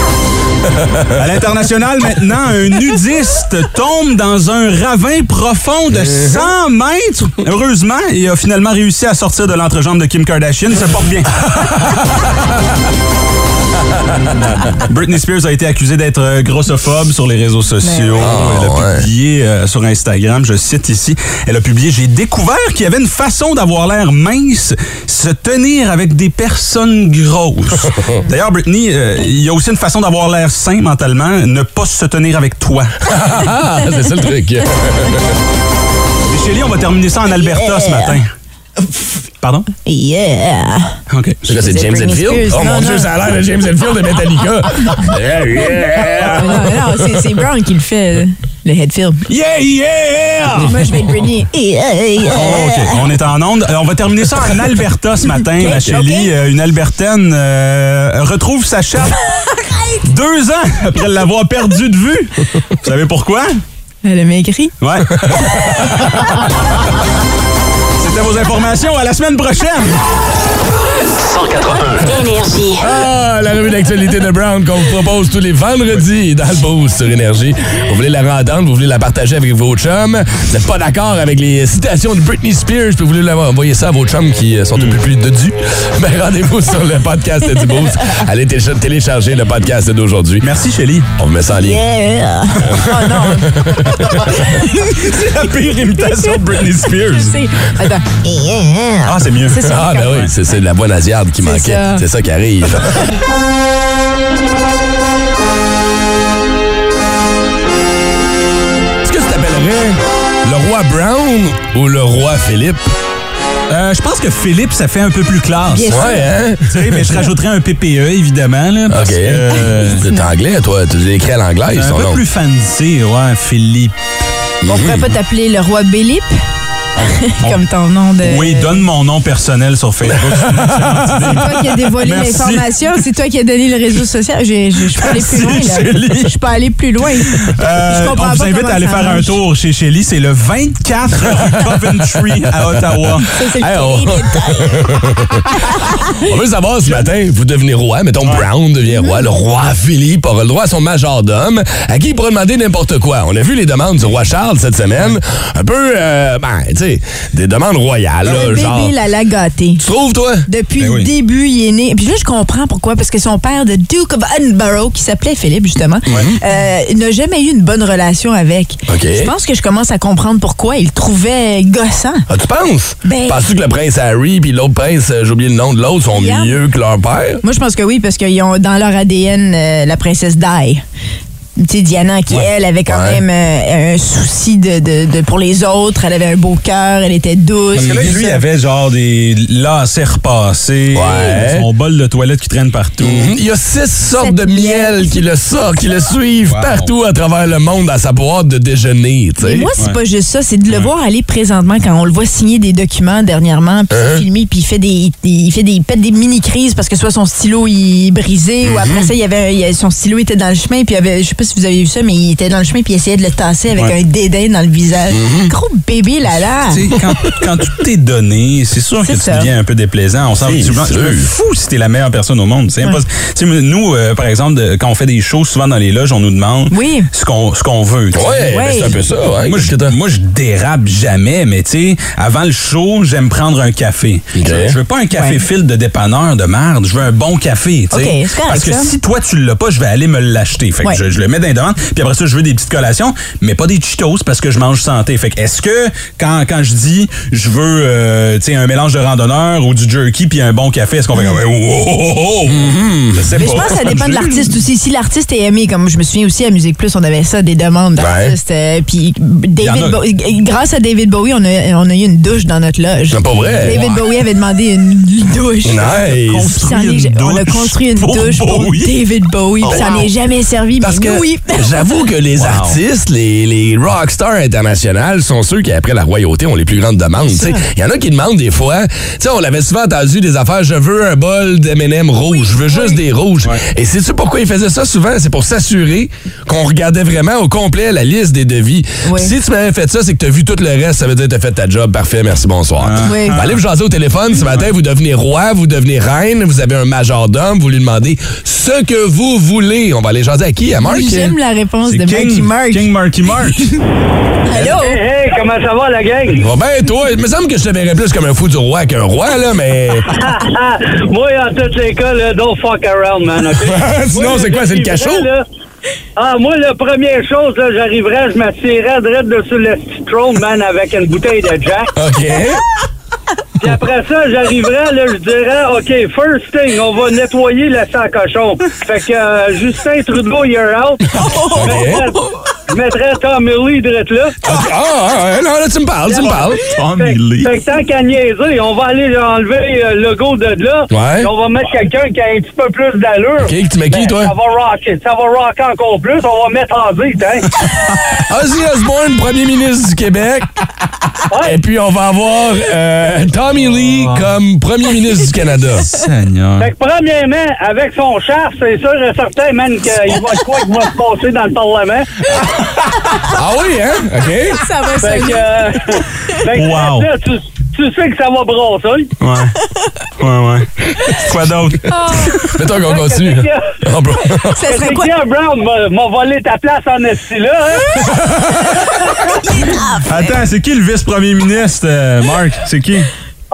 Speaker 5: À l'international, maintenant, un nudiste tombe dans un ravin profond de 100 mètres. Heureusement, il a finalement réussi à sortir de l'entrejambe de Kim Kardashian. Il se porte bien. Britney Spears a été accusée d'être euh, grossophobe sur les réseaux sociaux. Elle a
Speaker 1: Ah,
Speaker 5: publié euh, sur Instagram, je cite ici, elle a publié J'ai découvert qu'il y avait une façon d'avoir l'air mince, se tenir avec des personnes grosses. D'ailleurs, Britney, euh, il y a aussi une façon d'avoir l'air sain mentalement, ne pas se tenir avec toi.
Speaker 1: Ah, c'est ça le truc.
Speaker 5: Et Chélie, on va terminer ça en Alberta ce matin. Pardon?
Speaker 6: Yeah!
Speaker 5: OK.
Speaker 1: Là, c'est James
Speaker 6: Britney
Speaker 1: Hetfield.
Speaker 6: Spears,
Speaker 1: Oh mon
Speaker 6: non,
Speaker 1: Dieu,
Speaker 6: non.
Speaker 1: ça a l'air de James Hetfield de Metallica. Yeah, Eh, yeah.
Speaker 6: Ah, Non, non, c'est- c'est Brown qui le fait, le head film.
Speaker 5: Yeah, yeah!
Speaker 6: Moi, je vais être Britney. Yeah, yeah.
Speaker 5: Oh, OK, on est en onde. Euh, on va terminer ça en Alberta ce matin, ma chérie. Euh, Une Albertaine euh, retrouve sa chatte deux ans après l'avoir perdue de vue. Vous savez pourquoi?
Speaker 6: Elle a maigri.
Speaker 5: Ouais. C'était vos informations. À la semaine prochaine!
Speaker 4: 181.
Speaker 9: Énergie.
Speaker 1: Ah, la revue d'actualité de Brown qu'on vous propose tous les vendredis dans le Boost sur Énergie. Vous voulez la rentendre, vous voulez la partager avec vos chums. Vous n'êtes pas d'accord avec les citations de Britney Spears, puis vous voulez la- envoyer ça à vos chums qui euh, sont un peu plus dodus. Ben, rendez-vous sur le podcast du Boost. Allez télécha- télécharger le podcast d'aujourd'hui.
Speaker 5: Merci, Chélie.
Speaker 1: On met ça en ligne.
Speaker 6: Yeah! Oh non!
Speaker 5: C'est la pire imitation de Britney
Speaker 6: Je
Speaker 5: Spears.
Speaker 6: sais. Attends. Yeah!
Speaker 5: Ah, c'est mieux.
Speaker 6: C'est ça.
Speaker 1: Ah, ben oui, c'est c'est la bonne asiarde qui manquait.
Speaker 6: ça.
Speaker 1: C'est ça qui arrive. Est-ce que tu t'appellerais le roi Brown ou le roi Philippe?
Speaker 5: Euh, je pense que Philippe, ça fait un peu plus classe.
Speaker 6: Bien sûr.
Speaker 1: Ouais, hein?
Speaker 5: Tu sais, mais je rajouterais un PPE, évidemment. Là, parce
Speaker 1: OK.
Speaker 5: que, euh,
Speaker 1: T'es anglais, toi. Tu l'écris à l'anglais,
Speaker 5: un
Speaker 1: son
Speaker 5: peu
Speaker 1: nom.
Speaker 5: plus fancy, ouais, Philippe.
Speaker 6: On pourrait pas t'appeler le roi Bélip? Comme ton nom
Speaker 1: Euh,
Speaker 6: de.
Speaker 5: Ah, Oui, donne mon nom personnel sur Facebook.
Speaker 6: C'est toi qui as dévoilé
Speaker 5: Merci.
Speaker 6: l'information, c'est toi qui as donné le réseau social. J'ai- Je je suis pas allée plus loin,
Speaker 5: Merci, Julie.
Speaker 6: là. Je suis pas allée plus loin.
Speaker 5: Euh,
Speaker 6: je comprends
Speaker 5: on vous
Speaker 6: pas
Speaker 5: invite
Speaker 6: comment
Speaker 5: à aller
Speaker 6: ça
Speaker 5: faire un
Speaker 6: marche.
Speaker 5: tour chez Shelly. C'est le 24 rue Coventry à Ottawa.
Speaker 6: Ça, c'est le
Speaker 1: Hey, on-
Speaker 6: premier détail.
Speaker 1: On veut savoir ce matin, vous devenez roi, mettons Brown devient roi, le roi Philippe aura le droit à son majordome, à qui il pourra demander n'importe quoi. On a vu les demandes du roi Charles cette semaine, un peu, euh, ben, tu sais, des demandes royales, là,
Speaker 6: Le
Speaker 1: genre.
Speaker 6: bébé l'a la gâté.
Speaker 1: Tu trouves, toi?
Speaker 6: Depuis
Speaker 5: Ben oui.
Speaker 6: le début, il est né. Puis là, je comprends pourquoi. Parce que son père, de Duke of Edinburgh, qui s'appelait Philippe, justement, euh, il n'a jamais eu une bonne relation avec.
Speaker 1: OK.
Speaker 6: Je pense que je commence à comprendre pourquoi il le trouvait gossant.
Speaker 1: Ah, tu penses?
Speaker 6: Ben-
Speaker 1: Penses-tu que le prince Harry puis l'autre prince, euh, j'ai oublié le nom de l'autre, sont
Speaker 6: William?
Speaker 1: mieux que leur père?
Speaker 6: Moi, je pense que oui, parce qu'ils ont dans leur ADN euh, la princesse Di. Tu sais, Diana, qui, elle, avait quand
Speaker 1: Ouais.
Speaker 6: même euh, un souci de, de- de- pour les autres. Elle avait un beau cœur, elle était douce.
Speaker 5: Parce que là,
Speaker 6: tout
Speaker 5: lui, il
Speaker 6: ça.
Speaker 5: avait genre des lacets repassés,
Speaker 1: Ouais.
Speaker 5: son bol de toilette qui traîne partout.
Speaker 1: Mhm. Il y a six sortes de miel qui le sortent, qui le suivent
Speaker 5: Wow.
Speaker 1: partout à travers le monde à sa boîte de déjeuner, tu
Speaker 6: Mais
Speaker 1: sais.
Speaker 6: moi, c'est
Speaker 5: Ouais.
Speaker 6: pas juste ça, c'est de le voir aller présentement quand on le voit signer des documents dernièrement, puis
Speaker 1: Hein?
Speaker 6: filmer, puis il fait des, il, il fait des, il pète des mini crises parce que soit son stylo il est brisé ou
Speaker 1: Mhm.
Speaker 6: après ça il y avait, il y avait- son stylo était dans le chemin, puis il y avait, je sais pas si vous avez vu ça, mais il était dans le chemin puis il essayait de le tasser avec
Speaker 5: Ouais.
Speaker 6: un dédain dans le visage.
Speaker 1: Mhm.
Speaker 6: Gros bébé là là.
Speaker 5: Tu sais, quand, quand tout t'est donné, c'est sûr que
Speaker 6: Hein? C'est
Speaker 5: tu
Speaker 6: ça.
Speaker 5: deviens un peu déplaisant. On s'en
Speaker 1: C'est
Speaker 5: tu- je me
Speaker 1: sûr.
Speaker 5: fous si t'es la meilleure personne au monde. C'est impossible. Tu sais, Nous, euh, par exemple, de- quand on fait des shows, souvent dans les loges, on nous demande
Speaker 6: Oui.
Speaker 5: ce qu'on ce qu'on veut. tu sais.
Speaker 1: Ouais,
Speaker 6: Ouais.
Speaker 1: ben, c'est un peu ça. hein.
Speaker 5: Moi, je, moi, je dérape jamais, mais tu sais, avant le show, j'aime prendre un café.
Speaker 1: Ok.
Speaker 5: Je, je veux pas un café
Speaker 6: Ouais.
Speaker 5: fil de dépanneur de merde. Je veux un bon café, tu sais.
Speaker 6: Ok, c'est correct,
Speaker 5: Parce que
Speaker 6: ça.
Speaker 5: si toi, tu l'as pas, je vais aller me l'acheter. Fait que
Speaker 6: Ouais.
Speaker 5: je, je le mets dans les demandes. Puis après ça, je veux des petites collations, mais pas des Cheetos parce que je mange santé. Fait que est-ce que quand, quand je dis je veux, euh, tu sais, un mélange de randonneur ou du jerky puis un bon café, est-ce qu'on fait comme, oh, oh, oh, oh? Je
Speaker 6: Mm.
Speaker 5: sais
Speaker 6: Mais je
Speaker 5: pas.
Speaker 6: pense que ça dépend de l'artiste aussi. Si l'artiste est aimé, comme je me souviens aussi à Musique Plus, on avait ça, des demandes d'artistes. euh, Puis
Speaker 5: Il y
Speaker 6: David
Speaker 5: en a.
Speaker 6: Bowie- grâce à David Bowie, on a, on a eu une douche dans notre loge.
Speaker 5: Ah,
Speaker 1: C'est pas vrai.
Speaker 6: David Bowie avait demandé une douche.
Speaker 1: Nice.
Speaker 6: Puis ça en est-
Speaker 5: Construit une
Speaker 6: on a
Speaker 5: douche
Speaker 6: construit une
Speaker 5: pour
Speaker 6: douche pour
Speaker 5: Bowie.
Speaker 6: David Bowie. puis Ça n'est jamais servi,
Speaker 1: Parce
Speaker 6: mais
Speaker 1: que
Speaker 6: nous, Oui.
Speaker 1: J'avoue que les artistes, les, les rock stars internationales sont ceux qui, après la royauté, ont les plus grandes demandes. tu sais. Il y en a qui demandent des fois, tu sais, on l'avait souvent entendu des affaires, je veux un bol d'M&M rouge, je veux juste des rouges. Et c'est tu pourquoi ils faisaient ça souvent? C'est pour s'assurer qu'on regardait vraiment au complet la liste des devis.
Speaker 6: Oui.
Speaker 1: Si tu m'avais fait ça, c'est que tu as vu tout le reste, ça veut dire que tu as fait ta job, parfait, merci, bonsoir.
Speaker 6: Oui.
Speaker 1: Ben, allez vous jaser au téléphone ce matin, vous devenez roi, vous devenez reine, vous avez un majordome, vous lui demandez ce que vous voulez. On va aller jaser à qui? À Marc?
Speaker 6: J'aime la réponse de
Speaker 5: C'est
Speaker 6: Marky
Speaker 5: King,
Speaker 6: Mark.
Speaker 5: King Marky Mark.
Speaker 6: Allô?
Speaker 7: Hey, hey, comment ça va, la gang?
Speaker 1: Oh ben toi, il me semble que je te verrais plus comme un fou du roi qu'un roi, là, mais...
Speaker 7: Ah, moi, en tous les cas, là, don't fuck around, man, OK?
Speaker 1: Sinon,
Speaker 7: Moi,
Speaker 1: c'est quoi,
Speaker 7: là,
Speaker 1: c'est
Speaker 7: j'arriverais,
Speaker 1: le cachot?
Speaker 7: là- Ah, moi, la première chose, là, j'arriverais, je m'attirerais direct dessus le petit trône, man, avec une bouteille de Jack.
Speaker 1: OK.
Speaker 7: Puis après ça, j'arriverais, là, je dirais, OK, first thing, on va nettoyer la salle à cochon. Fait que euh, Justin Trudeau, you're out. Je mettrais- Je mettrais Tom Lee direct là.
Speaker 1: Ah, ah, ah, non, là, tu me parles, tu me parles.
Speaker 5: Tommy
Speaker 7: Fait,
Speaker 5: Lee.
Speaker 7: fait que tant qu'à niaiser, on va aller enlever euh, le go de là.
Speaker 1: Ouais.
Speaker 7: Et On va mettre quelqu'un qui a un petit peu plus d'allure.
Speaker 1: OK, que tu mets qui,
Speaker 7: Ben,
Speaker 1: toi?
Speaker 7: Ça va rocker. Ça va rocker encore plus. On va mettre en zite, hein?
Speaker 1: Ozzy Osbourne, premier ministre du Québec. Et puis, on va avoir euh, Tommy Lee comme premier ministre du Canada.
Speaker 5: Seigneur.
Speaker 7: fait que premièrement, avec son char, c'est sûr et certain, man, qu'il va quoi qui va se passer dans le Parlement.
Speaker 1: Ah oui, hein? OK.
Speaker 6: Ça va, ça
Speaker 7: Fait que, euh, fait que
Speaker 5: Wow.
Speaker 7: là, tu, tu sais que ça va brasser.
Speaker 5: Ouais. Ouais, ouais. Quoi d'autre?
Speaker 1: Mettons qu'on continue. On peut-
Speaker 6: Ça serait quoi?
Speaker 7: Pierre Brown m'a m'a volé ta place en esti là, hein?
Speaker 5: Attends, c'est qui le vice-premier ministre, euh, Marc? C'est qui?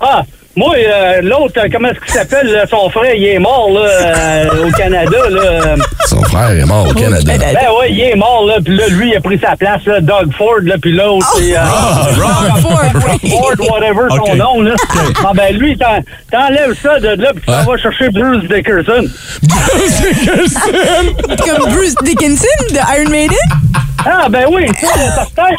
Speaker 7: Ah, moi, euh, l'autre, euh, comment est-ce qu'il s'appelle, là, son frère, il est mort, là, euh, au Canada, là.
Speaker 1: Son frère est mort au Canada.
Speaker 7: Ben ouais, il est mort, là, puis là, lui, il a pris sa place, là, Doug Ford, là, puis l'autre,
Speaker 5: Oh!
Speaker 7: c'est... euh, Ford, whatever
Speaker 5: Ah, Ok.
Speaker 7: son nom, là. Ah ben lui, t'en- t'enlèves ça de là, puis tu t'en
Speaker 1: Ouais.
Speaker 7: vas chercher Bruce Dickerson.
Speaker 6: Comme Bruce Dickinson de Iron Maiden?
Speaker 7: Ah ben oui, ça, c'est certain.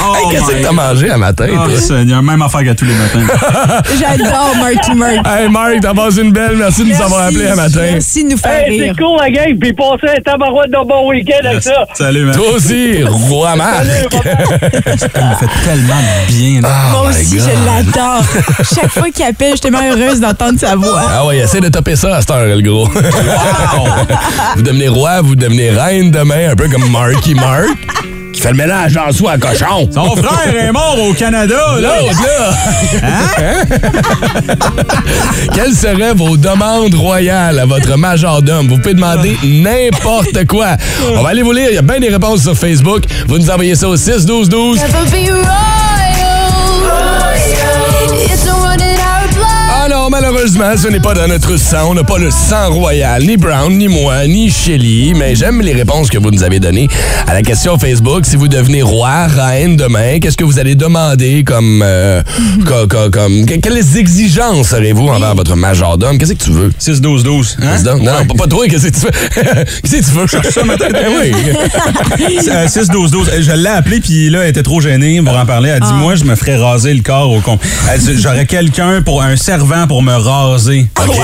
Speaker 5: Oh,
Speaker 1: Qu'est-ce que
Speaker 5: my
Speaker 1: t'as mangé à matin,
Speaker 5: God, Ah,
Speaker 1: toi?
Speaker 5: Seigneur, même affaire qu'à tous les matins.
Speaker 6: J'adore Marky Mark.
Speaker 1: Ah. Hey, Marc, t'as passé une belle. Merci de nous avoir
Speaker 6: Merci.
Speaker 1: appelés à matin.
Speaker 6: Merci de nous
Speaker 5: Ah,
Speaker 6: faire
Speaker 7: Hey,
Speaker 6: rire.
Speaker 7: c'est cool, la gang, puis passez un tabarouette de bon week-end avec ça.
Speaker 5: Salut, man.
Speaker 1: Toi aussi, roi
Speaker 7: Salut,
Speaker 1: Marc.
Speaker 7: papa.
Speaker 5: Ça me fait tellement de bien. là.
Speaker 1: Oh
Speaker 6: Moi
Speaker 1: my
Speaker 6: aussi,
Speaker 1: God.
Speaker 6: je l'adore. Chaque fois qu'il appelle, je suis tellement heureuse d'entendre sa voix.
Speaker 1: Ah ouais, essaie de taper ça à cette heure, le gros. vous devenez roi, vous devenez reine demain, un peu comme Marky Mark, qui fait le mélange en soi à cochon.
Speaker 5: Ton frère est mort au Canada, là!
Speaker 1: L'autre, là! Hein? Quelles seraient vos demandes royales à votre majordome? Vous pouvez demander n'importe quoi. On va aller vous lire. Il y a bien des réponses sur Facebook. Vous nous envoyez ça au 6-12-12. Ah non, malheureusement, ce n'est pas dans notre sang. On n'a pas le sang royal, ni Brown, ni moi, ni Shelly. Mais j'aime les réponses que vous nous avez données à la question Facebook. Si vous devenez roi, reine demain, qu'est-ce que vous allez demander comme. euh, co- co- comme, que- quelles exigences aurez-vous envers votre majordome? Qu'est-ce que tu veux?
Speaker 5: 6-12-12. hein?
Speaker 1: Non, non, pas, pas toi, qu'est-ce que tu veux? qu'est-ce que tu veux? Cherche ça, matin. oui.
Speaker 5: Euh, 6-12-12. Euh, Je l'ai appelé, puis là, elle était trop gênée pour en parler.
Speaker 6: Ah.
Speaker 5: Elle dit Moi, je me ferais raser le corps au con. Elle dit, J'aurais quelqu'un pour un servant pour me raser.
Speaker 6: Ah,
Speaker 5: OK.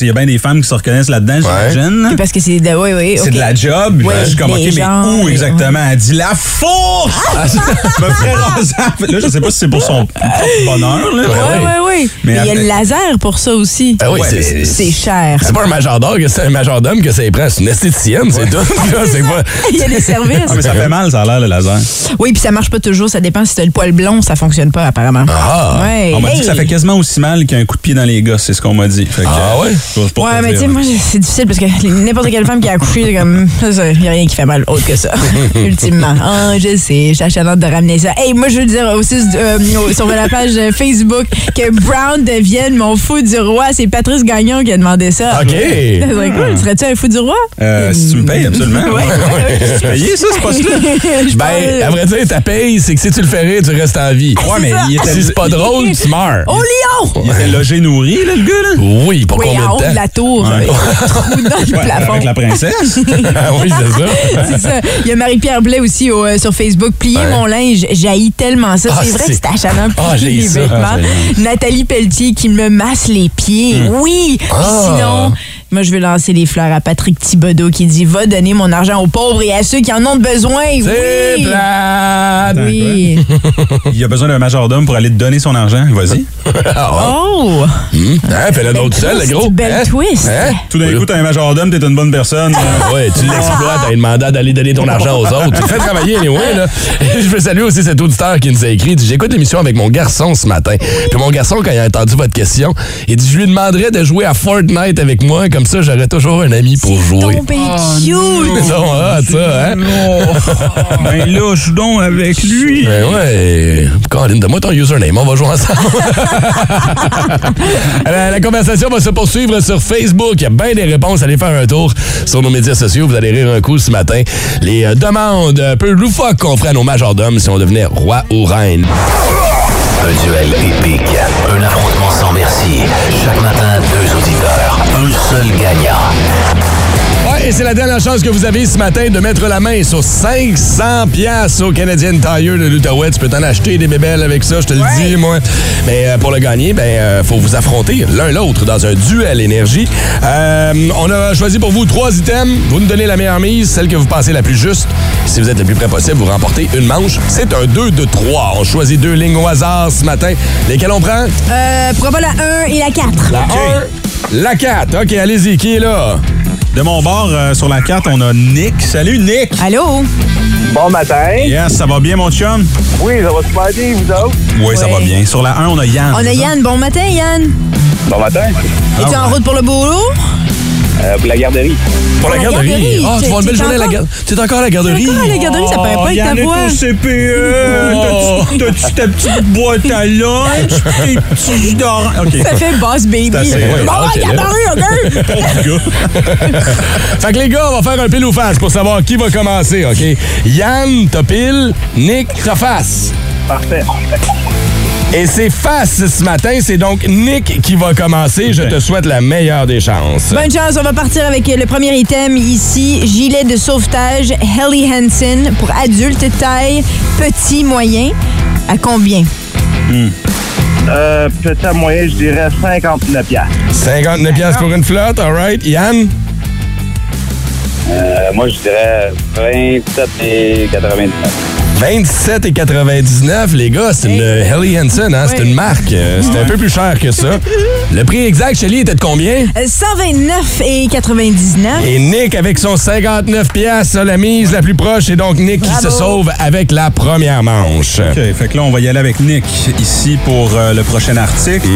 Speaker 5: Il y a bien des femmes qui se reconnaissent là-dedans, j'imagine.
Speaker 6: Parce que c'est de. Oui, oui.
Speaker 5: Hein? C'est de la job.
Speaker 6: ben, Ouais,
Speaker 5: je suis comme, OK,
Speaker 6: des
Speaker 5: mais
Speaker 6: gens,
Speaker 5: où
Speaker 6: ouais. Ah.
Speaker 5: exactement? Elle dit la fourche! Je me ferais raser. Là, je sais pas si c'est pour son propre bonheur. Là.
Speaker 6: Oui, oui, oui. Mais il y a
Speaker 5: après-
Speaker 6: le laser pour ça aussi.
Speaker 1: Ah oui,
Speaker 5: Ouais,
Speaker 1: c'est-
Speaker 5: mais-
Speaker 6: C'est cher.
Speaker 1: C'est pas un majordome que c'est un majordome que ça y prend. C'est une esthéticienne, c'est tout. Là, c'est pas...
Speaker 6: Il y a des services.
Speaker 5: Ah, mais ça fait mal, ça a l'air, le laser.
Speaker 6: Oui, puis ça marche pas toujours. Ça dépend si t'as le poil blond, ça fonctionne pas apparemment.
Speaker 1: Ah!
Speaker 6: ouais.
Speaker 5: On m'a dit que ça
Speaker 6: Hey.
Speaker 5: fait quasiment aussi mal qu'un coup de pied dans les gosses, c'est ce qu'on m'a dit. Fait que, euh,
Speaker 1: Ah ouais?
Speaker 5: je sais pas quoi
Speaker 6: Ouais, mais
Speaker 5: dire,
Speaker 6: tu sais,
Speaker 5: là.
Speaker 6: moi, j'ai- c'est difficile parce que n'importe quelle femme qui a accouché, c'est comme, il n'y a rien qui fait mal autre que ça, ultimement. Ah, je sais, j'achète de ramener ça. Hey, moi, je veux dire aussi euh, au- sur la page euh, Facebook que Brown devienne mon fou du roi. C'est Patrice Gagnon qui a demandé ça. Ça
Speaker 1: OK.
Speaker 6: serait cool. Serais-tu un fou du roi?
Speaker 1: Mm.
Speaker 5: Euh, si tu me payes, absolument. Ouais. Tu payes ça, ce poste-là?
Speaker 6: Je
Speaker 1: Ben,
Speaker 6: pense-
Speaker 1: à vrai dire, ta paye, c'est que si tu le ferais, tu restes en vie.
Speaker 5: Ouais, mais il était,
Speaker 1: Si c'est pas drôle, tu meurs.
Speaker 6: Au lion!
Speaker 5: il était logé nourri, là, le
Speaker 2: le gars, là?
Speaker 1: Oui, pour
Speaker 6: Oui,
Speaker 1: combien
Speaker 6: en haut
Speaker 1: de temps?
Speaker 6: de la tour, avec un trou dans le
Speaker 2: Ouais,
Speaker 6: plafond.
Speaker 2: avec la princesse?
Speaker 1: Ah oui, c'est ça.
Speaker 6: C'est ça. Il y a Marie-Pierre Blais aussi au, euh, sur Facebook. Plier
Speaker 1: Ouais.
Speaker 6: mon linge, jaillit tellement ça.
Speaker 1: Ah,
Speaker 6: c'est vrai que
Speaker 1: c'est-
Speaker 6: c'est achalant.
Speaker 1: Ah, j'ai
Speaker 6: plier les
Speaker 1: ça.
Speaker 6: vêtements.
Speaker 1: Ah,
Speaker 6: Nathalie Pelletier qui me masse les pieds. Oui. Puis
Speaker 1: Ah.
Speaker 6: sinon, moi, je vais lancer les fleurs à Patrick Thibodeau qui dit Va donner mon argent aux pauvres et à ceux qui en ont besoin.
Speaker 1: C'est
Speaker 6: Oui. Ah
Speaker 1: plate!
Speaker 6: Oui.
Speaker 5: Il a besoin d'un majordome pour aller te donner son argent. Vas-y.
Speaker 6: Oh!
Speaker 1: Hein, fais-le d'autre
Speaker 6: twist,
Speaker 1: seul, le gros.
Speaker 6: belle
Speaker 1: Hein?
Speaker 6: twist.
Speaker 1: Hein?
Speaker 5: Tout d'un coup, t'as un majordome, t'es une bonne personne.
Speaker 1: Ouais, tu l'exploites à une mandat d'aller donner ton argent aux autres. Tu le fais travailler, anyway, là. Et je veux saluer aussi cet auditeur qui nous a écrit. Il dit, J'écoute l'émission avec mon garçon ce matin. Puis mon garçon, quand il a entendu votre question, il dit Je lui demanderais de jouer à Fortnite avec moi, comme ça, j'aurais toujours un ami pour jouer.
Speaker 6: Tombé
Speaker 1: Oh,
Speaker 6: cute.
Speaker 1: Ils sont hot, ça, hein?
Speaker 5: ben là, je donc avec lui.
Speaker 1: Ben ouais. Colin, donne-moi ton username. On va jouer ensemble. la, la conversation va se poursuivre sur Facebook. Il y a bien des réponses. Allez faire un tour sur nos médias sociaux. Vous allez rire un coup ce matin. Les euh, demandes un peu loufoques qu'on ferait à nos majordomes si on devenait roi ou reine.
Speaker 4: Un duel épique, un affrontement sans merci. Chaque matin, deux auditeurs, un seul gagnant.
Speaker 1: Ouais, et c'est la dernière chance que vous avez ce matin de mettre la main sur 500 pièces au Canadian Tire de l'Outaouais. Tu peux t'en acheter des bébelles avec ça, je te le dis, moi. Mais euh, pour le gagner, ben euh, faut vous affronter l'un l'autre dans un duel énergie. Euh, on a choisi pour vous trois items. Vous nous donnez la meilleure mise, celle que vous pensez la plus juste. Si vous êtes le plus près possible, vous remportez une manche. C'est un 2 de 3. On choisit deux lignes au hasard ce matin. Lesquelles on prend?
Speaker 6: Euh, probablement la 1 et la 4.
Speaker 1: La 1, la 4. OK, allez-y. Qui est là?
Speaker 5: De mon bord, euh, sur la carte, on a Nick. Salut, Nick.
Speaker 6: Allô?
Speaker 7: Bon matin.
Speaker 5: Yes, ça va bien, mon chum?
Speaker 7: Oui, ça va super bien, vous autres.
Speaker 5: Oui, ça
Speaker 6: Ouais.
Speaker 5: va bien. Sur la 1, on a Yann.
Speaker 6: On a Yann. Bon matin, Yann.
Speaker 7: Bon matin.
Speaker 1: Ah,
Speaker 6: Es-tu en route pour le boulot?
Speaker 7: Euh, pour la garderie.
Speaker 1: Pour la
Speaker 6: la garderie.
Speaker 1: garderie. Ah, tu
Speaker 6: T'es-
Speaker 1: vas une belle
Speaker 6: t'es
Speaker 1: journée à la
Speaker 6: encore-
Speaker 1: garderie. Tu es encore à la garderie.
Speaker 6: Encore à la garderie, ça paraît pas avec ta voix.
Speaker 1: Oh.
Speaker 5: CPE. E. T'as-tu ta petite boîte à lunch? Tes petits jus d'orange? OK.
Speaker 6: Ça fait boss baby.
Speaker 5: assez, ouais,
Speaker 6: Bon,
Speaker 1: Ah, ok, là.
Speaker 6: garderie, OK?
Speaker 1: Fait que les gars, on va faire un pile ou face pour savoir qui va commencer, OK? Yann, t'as pile. Nick, t'as face.
Speaker 7: Parfait.
Speaker 1: Et c'est face ce matin. C'est donc Nick qui va commencer. Je te souhaite la meilleure des chances.
Speaker 6: Bonne chance, on va partir avec euh, le premier item ici. Gilet de sauvetage Helly Hansen pour adulte taille petit moyen. À combien?
Speaker 7: Euh, petit à moyen, je dirais 59 piastres.
Speaker 1: 59 pièces pour une flotte, all right? Yann?
Speaker 7: Euh, moi, je dirais 27 et 99.
Speaker 1: 27,99, les gars, c'est une Helly Hansen, hein? C'est
Speaker 6: Ouais.
Speaker 1: une marque. Euh, C'est un peu plus cher que ça. Le prix exact, Shelly, était de combien?
Speaker 6: Euh, 129 et 99.
Speaker 1: Et Nick, avec son 59 pièces, la mise la plus proche, et donc Nick qui se sauve avec la première manche.
Speaker 5: OK, fait que là, on va y aller avec Nick ici pour euh, le prochain article.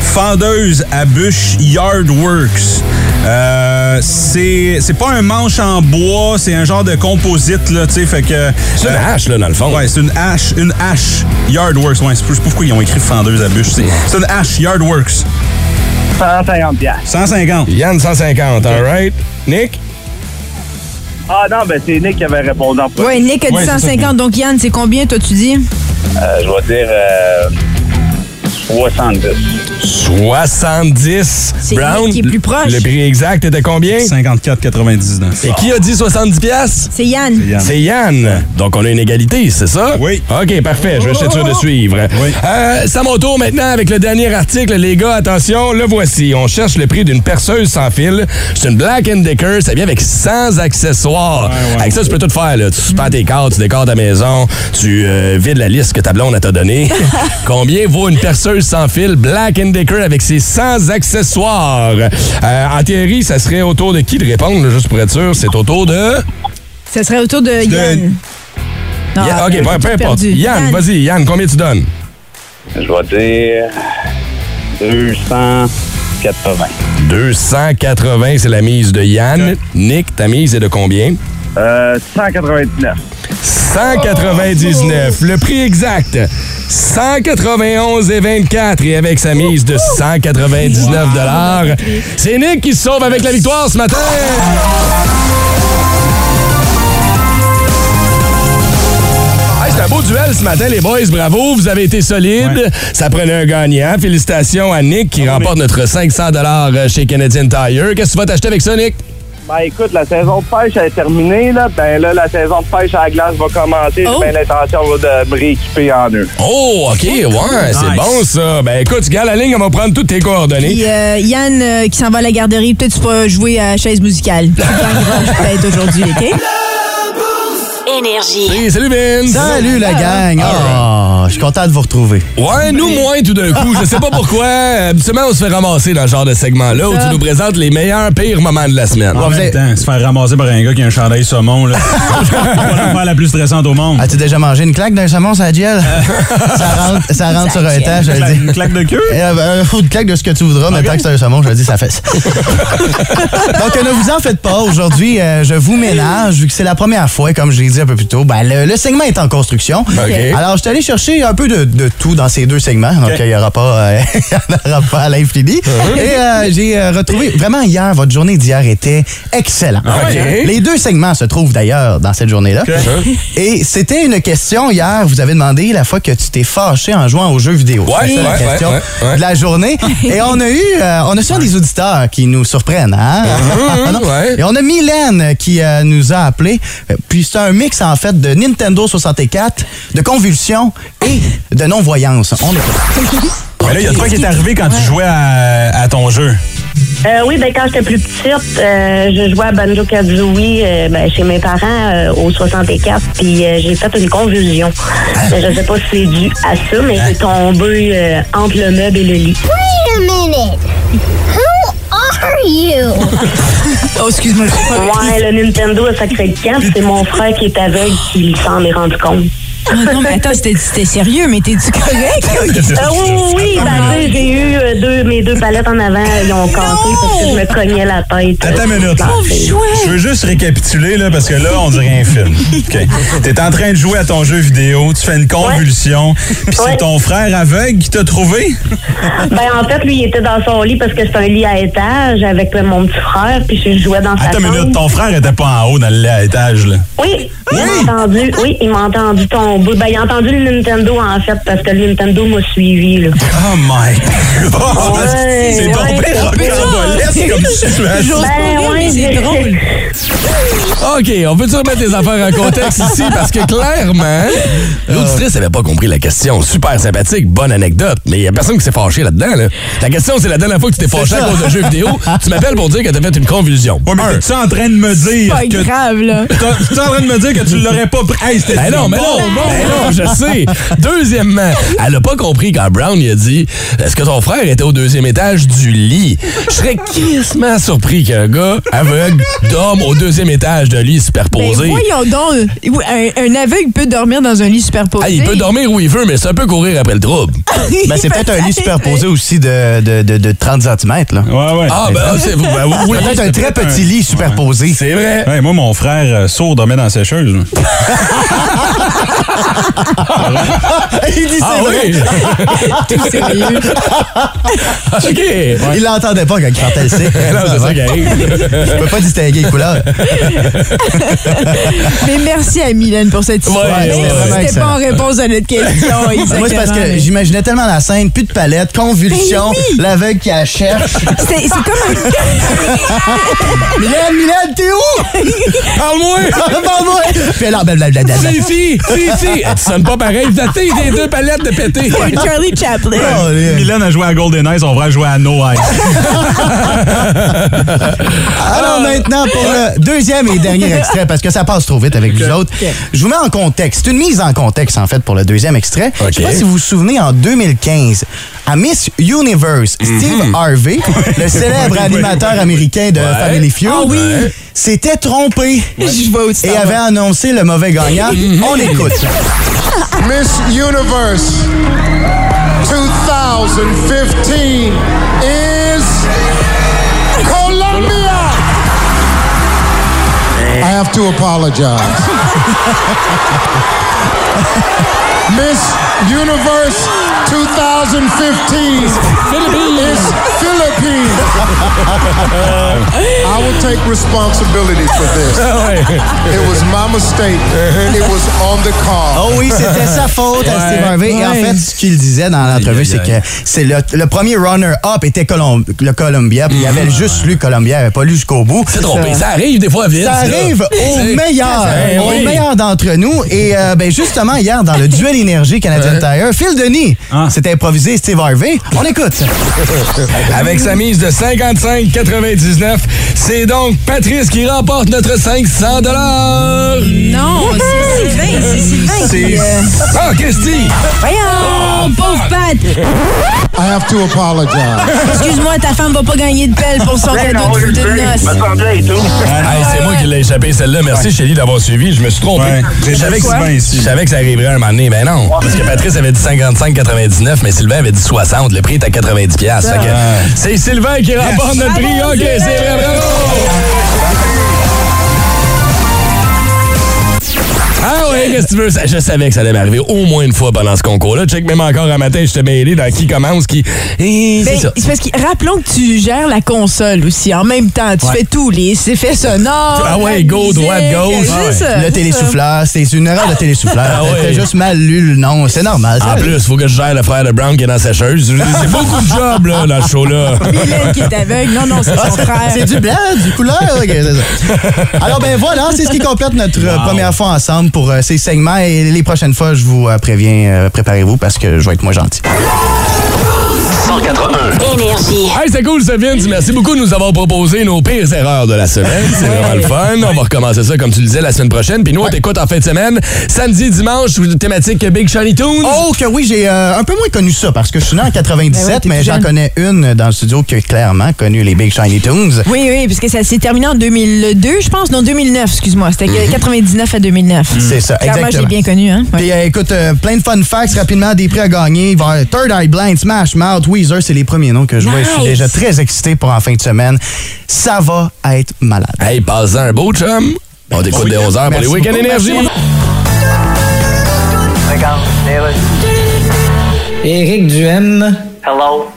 Speaker 5: Fendeuse à bûche Yardworks. Euh, c'est c'est pas un manche en bois, c'est un genre de composite, là, tu sais, fait que...
Speaker 1: C'est une
Speaker 5: euh,
Speaker 1: hache, là, dans le fond.
Speaker 5: Ouais, c'est une hache, une hache Yardworks. Ouais, c'est pour- je sais pas pourquoi ils ont écrit fendeuse à bûche. C'est c'est une hache Yardworks.
Speaker 7: 150 piastres.
Speaker 5: 150.
Speaker 1: Yann, 150, all right? Nick?
Speaker 7: Ah non, ben c'est Nick qui avait répondu en premier.
Speaker 6: Ouais, Nick a dit
Speaker 5: Ouais, c'est ça.
Speaker 6: 150, donc Yann, c'est combien, toi, tu dis?
Speaker 7: Euh, je vais dire euh, 70.
Speaker 1: 70.
Speaker 6: C'est
Speaker 1: Brown?
Speaker 6: Nick qui est plus proche.
Speaker 1: Le prix exact était combien?
Speaker 5: 54,99.
Speaker 1: Et qui a dit 70 pièces?
Speaker 6: C'est Yann.
Speaker 5: Ah, Yann.
Speaker 1: C'est Yann. Donc, on a une égalité, c'est ça?
Speaker 5: Oui.
Speaker 1: OK, parfait. Je vais juste être sûr de suivre.
Speaker 5: Oui.
Speaker 1: Euh, c'est à mon tour maintenant avec le dernier article. Les gars, attention, le voici. On cherche le prix d'une perceuse sans fil. C'est une Black Decker. Ça vient avec 100 accessoires.
Speaker 5: Ouais, ouais.
Speaker 1: Avec ça, tu peux tout faire. Là. Tu suspends tes cartes, tu décores ta maison, tu euh, vides la liste que ta blonde t'a donnée. Combien vaut une perceuse sans fil Black Decker avec ses 100 accessoires? Euh, en théorie, ça serait autour de qui de répondre, là, juste pour être sûr? C'est autour de...
Speaker 6: Ça serait autour de Yann. Non,
Speaker 1: Yann- OK,
Speaker 6: euh,
Speaker 1: peu- peu importe.
Speaker 6: perdu.
Speaker 1: Yann, vas-y, Yann, combien tu donnes?
Speaker 7: Je vais dire 280.
Speaker 1: 280, c'est la mise de Yann. Nick, ta mise est de combien?
Speaker 7: Euh, 199.
Speaker 1: 199. Le prix exact, 191 et 24. Et avec sa mise de 199 c'est Nick qui se sauve avec la victoire ce matin. Hey, C'est un beau duel ce matin, les boys. Bravo, vous avez été solides. Ça prenait un gagnant. Félicitations à Nick qui remporte notre 500 euh, chez Canadian Tire. Qu'est-ce que tu vas t'acheter avec ça, Nick?
Speaker 10: Ben écoute, la saison de pêche elle est terminée, là. Ben là, la saison de pêche à la glace va commencer.
Speaker 11: Oh!
Speaker 10: J'ai bien l'intention là, de me rééquiper en eux.
Speaker 1: Oh, OK, ouais, c'est bon ça. Ben écoute, gars, la ligne, on va prendre toutes tes coordonnées.
Speaker 6: Puis euh, Yann euh, qui s'en va à la garderie, peut-être tu peux jouer à chaise musicale. Tu gagneras peut-être aujourd'hui, OK?
Speaker 12: Énergie.
Speaker 1: Hey, salut Vince!
Speaker 11: Salut la gang! Ah, je suis content de vous retrouver.
Speaker 1: Ouais, nous moins tout d'un coup. Je sais pas pourquoi. Habituellement, on se fait ramasser dans ce genre de segment-là où tu nous présentes les meilleurs, pires moments de la semaine.
Speaker 2: En même temps, se faire ramasser par un gars qui a un chandail saumon, là. C'est pas l'affaire la plus stressante au
Speaker 8: Ah,
Speaker 2: monde.
Speaker 11: As-tu déjà mangé une claque d'un saumon, ça gèle? ça rentre, ça rentre sur un étage, je le dis.
Speaker 2: Une claque de queue?
Speaker 8: Eh,
Speaker 11: Euh, euh, une claque de ce que tu voudras, mais tant que c'est un saumon, je le dis, ça fesse. Donc, euh, ne vous en faites pas. Aujourd'hui, euh, je vous ménage, vu que c'est la première fois, comme je l'ai dit un peu plus tôt. Ben, le, le segment est en construction.
Speaker 1: OK.
Speaker 11: Alors, je suis allé chercher un peu de, de tout dans ces deux segments. Donc, il n'y aura pas, euh, il y en aura pas à l'infini.
Speaker 1: Ah
Speaker 11: Et euh, j'ai euh, retrouvé, vraiment hier, votre journée d'hier était excellente.
Speaker 1: ouais, hein?
Speaker 11: Les deux segments se trouvent d'ailleurs dans cette journée-là. Et c'était une question hier, vous avez demandé la fois que tu t'es fâché en jouant aux jeux vidéo.
Speaker 1: Ouais,
Speaker 11: C'est ça, la
Speaker 1: ouais,
Speaker 11: question
Speaker 1: ouais, ouais, ouais.
Speaker 11: de la journée. Et on a eu, euh, on a souvent des auditeurs qui nous surprennent. Hein?
Speaker 1: Mhm,
Speaker 11: Pardon.
Speaker 1: ouais.
Speaker 11: Et on a Mylène qui euh, nous a appelé. Euh, Puis c'est un mix en fait de Nintendo 64, de convulsions et de non-voyance. On est
Speaker 5: Mais là, il y a de quoi qui est arrivé quand tu jouais à, à ton jeu.
Speaker 8: Euh, oui, ben quand j'étais plus petite, euh, je jouais à Banjo Kazooie euh, ben, chez mes parents euh, au 64, puis euh, j'ai fait une convulsion. Mais je sais pas si c'est dû à ça, mais j'ai tombé euh, entre le meuble et le lit.
Speaker 13: Wait a minute. Who are you?
Speaker 6: Oh, excuse-moi, je sais pas.
Speaker 8: Ouais, le Nintendo a sacré de camp, c'est mon frère qui est aveugle qui s'en est rendu compte.
Speaker 6: Oh non, mais attends, c'était c'était sérieux, mais t'es-tu correct?
Speaker 8: Euh, oui, oui, oui,
Speaker 5: Ah,
Speaker 8: ben, tu sais, j'ai eu euh, deux, mes deux palettes en avant, euh, ils ont cassé parce que je me cognais la tête.
Speaker 5: Attends une minute.
Speaker 6: Pauvre
Speaker 5: Je
Speaker 6: chouette!
Speaker 5: veux juste récapituler, là, parce que là, on dirait un film. OK. T'es en train de jouer à ton jeu vidéo, tu fais une convulsion, puis c'est
Speaker 8: Ouais.
Speaker 5: ton frère aveugle qui t'a trouvé?
Speaker 8: Ben, en fait, lui, il était dans son lit parce que c'est un lit à étage avec euh, mon petit frère, puis je jouais dans sa
Speaker 5: Attends une
Speaker 8: chambre.
Speaker 5: minute, ton frère était pas en haut dans le lait à étage, là.
Speaker 8: Oui,
Speaker 5: Oui.
Speaker 8: il m'a entendu, oui, il m'a entendu tomber. Ben, il a entendu le Nintendo, en fait, parce que le Nintendo m'a suivi, là.
Speaker 5: Oh my God!
Speaker 8: Ah Ouais,
Speaker 5: Ah, c'est
Speaker 8: ouais.
Speaker 5: tombé rocambolesque comme situation.
Speaker 6: J'ose pas rire, mais c'est drôle.
Speaker 1: OK, on peut-tu remettre les affaires en contexte ici? Parce que
Speaker 5: Euh.
Speaker 1: clairement, l'auditrice n'avait pas compris la question. Super sympathique, bonne anecdote, mais il n'y a personne qui s'est fâché là-dedans. là. La question, c'est la dernière fois que tu t'es fâché à cause d'un jeu vidéo. Tu m'appelles pour dire que t'as fait une convulsion.
Speaker 5: Ouais, mais t'es-tu en train de me dire
Speaker 6: Pas
Speaker 5: que...
Speaker 6: grave, là.
Speaker 5: t'as- T'es en train de me dire que tu l'aurais pas pris? Hey, c'était
Speaker 1: Ben non, mais non,
Speaker 11: hein?
Speaker 5: bon,
Speaker 1: ben non, je sais. Deuxièmement, elle a pas compris quand Brown lui a dit Est-ce que ton frère était au deuxième étage du lit? Je serais crissement surpris qu'un gars aveugle dorme au deuxième étage d'un lit
Speaker 6: Ben,
Speaker 1: superposé.
Speaker 6: voyons donc, Oui, un, un aveugle peut dormir dans un lit superposé.
Speaker 1: Ah, il peut dormir où il veut, mais c'est un peu courir après le trouble.
Speaker 11: ben, c'est peut-être un lit superposé aussi de, de, de, de 30 cm. Là.
Speaker 5: Ouais, ouais.
Speaker 1: Ah, ben, ah, c'est vous. Ben, oui,
Speaker 11: Peut-être un très
Speaker 5: peut-être
Speaker 11: petit
Speaker 5: un-
Speaker 11: lit superposé.
Speaker 1: c'est vrai.
Speaker 5: Ouais, moi, mon frère euh, sourd dormait dans la sécheuse. là.
Speaker 11: Il dit
Speaker 1: Ah oui!
Speaker 6: Tout sérieux.
Speaker 1: OK!
Speaker 11: Il l'entendait pas quand il partait le C.
Speaker 1: Non, c'est ça qui arrive.
Speaker 11: Je peux pas distinguer les couleurs.
Speaker 6: Mais merci à Mylène pour cette histoire.
Speaker 1: ouais,
Speaker 6: Même si
Speaker 11: ouais, ouais,
Speaker 6: C'était pas
Speaker 11: excellent.
Speaker 6: en réponse à notre question.
Speaker 11: Ben, Moi, c'est parce que
Speaker 6: exactement.
Speaker 11: j'imaginais tellement la scène, plus de palette, convulsion,
Speaker 6: Ben oui.
Speaker 11: l'aveugle qui la cherche.
Speaker 6: C'est c'est comme un...
Speaker 11: Mylène, Mylène, t'es où?
Speaker 1: Parle-moi!
Speaker 11: Parle-moi! Puis alors, blablabla.
Speaker 1: Fifi! Fifi! Ah, Tu sonnes pas pareil. Vous avez des deux palettes de pété.
Speaker 6: Charlie Chaplin.
Speaker 11: Oh, les-
Speaker 5: Milan a joué à Golden Eyes, on va jouer à No Eyes.
Speaker 11: Alors maintenant pour le deuxième et dernier extrait, parce que ça passe trop vite avec vous autres. Je vous mets en contexte. C'est une mise en contexte, en fait, pour le deuxième extrait. Je sais
Speaker 1: OK.
Speaker 11: pas si vous vous souvenez, en 2015, à Miss Universe, Steve Harvey, le célèbre animateur américain de Family Feud, s'était trompé
Speaker 6: Je vais au
Speaker 11: et avait annoncé le mauvais gagnant. On l'écoute.
Speaker 14: Miss Universe 2015 is Colombia. I have to apologize. Miss Universe 2015 is Philippines. I was I take responsibility for this.
Speaker 1: Ah
Speaker 14: It was my mistake. It was on the card.
Speaker 11: Oh oui, c'était sa faute à Steve Harvey. Et en fait, ce qu'il disait dans l'entrevue, c'est que c'est le, le premier runner-up était Colom- le Columbia, puis il avait juste lu Columbia, il n'avait pas lu jusqu'au bout.
Speaker 1: C'est trompé. Ça arrive des fois vite.
Speaker 11: Ça arrive au meilleur, au meilleur d'entre nous. Et euh, ben justement, hier, dans le duel énergie Canadian Tire, Phil Denis
Speaker 1: Ah.
Speaker 11: s'est improvisé Steve Harvey. On écoute.
Speaker 1: Avec sa mise de 55,99, c'est donc Patrice qui remporte notre 500
Speaker 6: Non, c'est Sylvain, c'est Sylvain.
Speaker 1: C'est- Ah, Christy!
Speaker 11: Oh,
Speaker 6: Voyons, pauvre Pat!
Speaker 14: I have to apologize.
Speaker 6: Excuse-moi, ta femme va pas gagner de pelle pour son cadeau de de noces.
Speaker 1: Hey, c'est moi qui l'ai échappé celle-là. Merci Chélie d'avoir suivi. Je me suis trompé.
Speaker 5: Ouais.
Speaker 1: Je, savais que,
Speaker 5: Quoi?
Speaker 1: je savais que ça arriverait un moment donné. Ben non. Parce que Patrice avait dit 55,99, mais Sylvain avait dit 60. Le prix est à 90$. piastres. Fait que
Speaker 5: Ouais.
Speaker 1: C'est Sylvain qui remporte notre prix.
Speaker 5: Bravo,
Speaker 1: OK, c'est
Speaker 5: Sylvain!
Speaker 1: vrai, bravo! Ah oui, qu'est-ce que tu veux? Ça- Je savais que ça allait m'arriver au moins une fois pendant ce concours-là. Check, même encore un matin, je te mêlé dans qui commence, qui. Eh,
Speaker 6: Ben,
Speaker 1: c'est ça.
Speaker 6: c'est parce que rappelons que tu gères la console aussi en même temps. Tu
Speaker 1: Ouais.
Speaker 6: fais tous les effets sonores.
Speaker 1: Ah ouais,
Speaker 6: la
Speaker 1: go,
Speaker 6: musique,
Speaker 1: droite, gauche.
Speaker 6: c'est
Speaker 1: Ah ouais.
Speaker 6: ça, c'est
Speaker 11: Le
Speaker 6: ça.
Speaker 11: télésouffleur, c'est une erreur de télésouffleur.
Speaker 1: Ah oui.
Speaker 11: T'as juste mal lu le nom, c'est normal. ça
Speaker 1: En
Speaker 11: arrive.
Speaker 1: plus, faut que je gère le frère de Brown qui est dans la sécheuse. Je veux dire, C'est beaucoup de job, là, dans ce show-là.
Speaker 6: Mylène qui est aveugle. Non, non, c'est son frère.
Speaker 11: Ah,
Speaker 6: Ben
Speaker 11: C'est du blanc, du couleur. ok, c'est ça. Alors, ben voilà, c'est ce qui complète notre euh, première fois ensemble pour euh, ces segments. Et les prochaines fois, je vous euh, préviens, euh, préparez-vous parce que je vais être moins gentil.
Speaker 1: 181. Hey, c'est cool, ça, Vince. Merci beaucoup de nous avoir proposé nos pires erreurs de la semaine. C'est vraiment le fun. On va recommencer ça, comme tu le disais, la semaine prochaine. Puis nous, on t'écoute en fin de semaine. Samedi, dimanche, thématique Big Shiny Tunes.
Speaker 11: Oh, que oui, j'ai euh, un peu moins connu ça parce que je suis né en 97,
Speaker 6: Ben ouais, t'es
Speaker 11: mais
Speaker 6: plus
Speaker 11: j'en
Speaker 6: jeune.
Speaker 11: connais une dans le studio qui a clairement connu les Big Shiny Tunes.
Speaker 6: Oui, oui, puisque ça s'est terminé en 2002, je pense. Non, 2009, excuse-moi. C'était que 99 à 2009.
Speaker 11: Mhm. C'est ça,
Speaker 6: Clairement, je l'ai
Speaker 11: exactement.
Speaker 6: bien connu. Hein? Ouais.
Speaker 11: Puis euh, écoute, euh, plein de fun facts rapidement, des prix à gagner. Il va y avoir Third Eye Blind, Smash Mouth, Weezer, c'est les premiers noms que je vois. Je suis
Speaker 6: Nice.
Speaker 11: déjà très excité pour en fin de semaine. Ça va être malade.
Speaker 1: Hey, passe un beau chum. On
Speaker 15: Oh,
Speaker 1: t'écoute dès 11h pour
Speaker 11: Merci
Speaker 1: les Week-ends
Speaker 11: beaucoup.
Speaker 1: Énergie.
Speaker 16: Éric Duhem.
Speaker 17: Hello.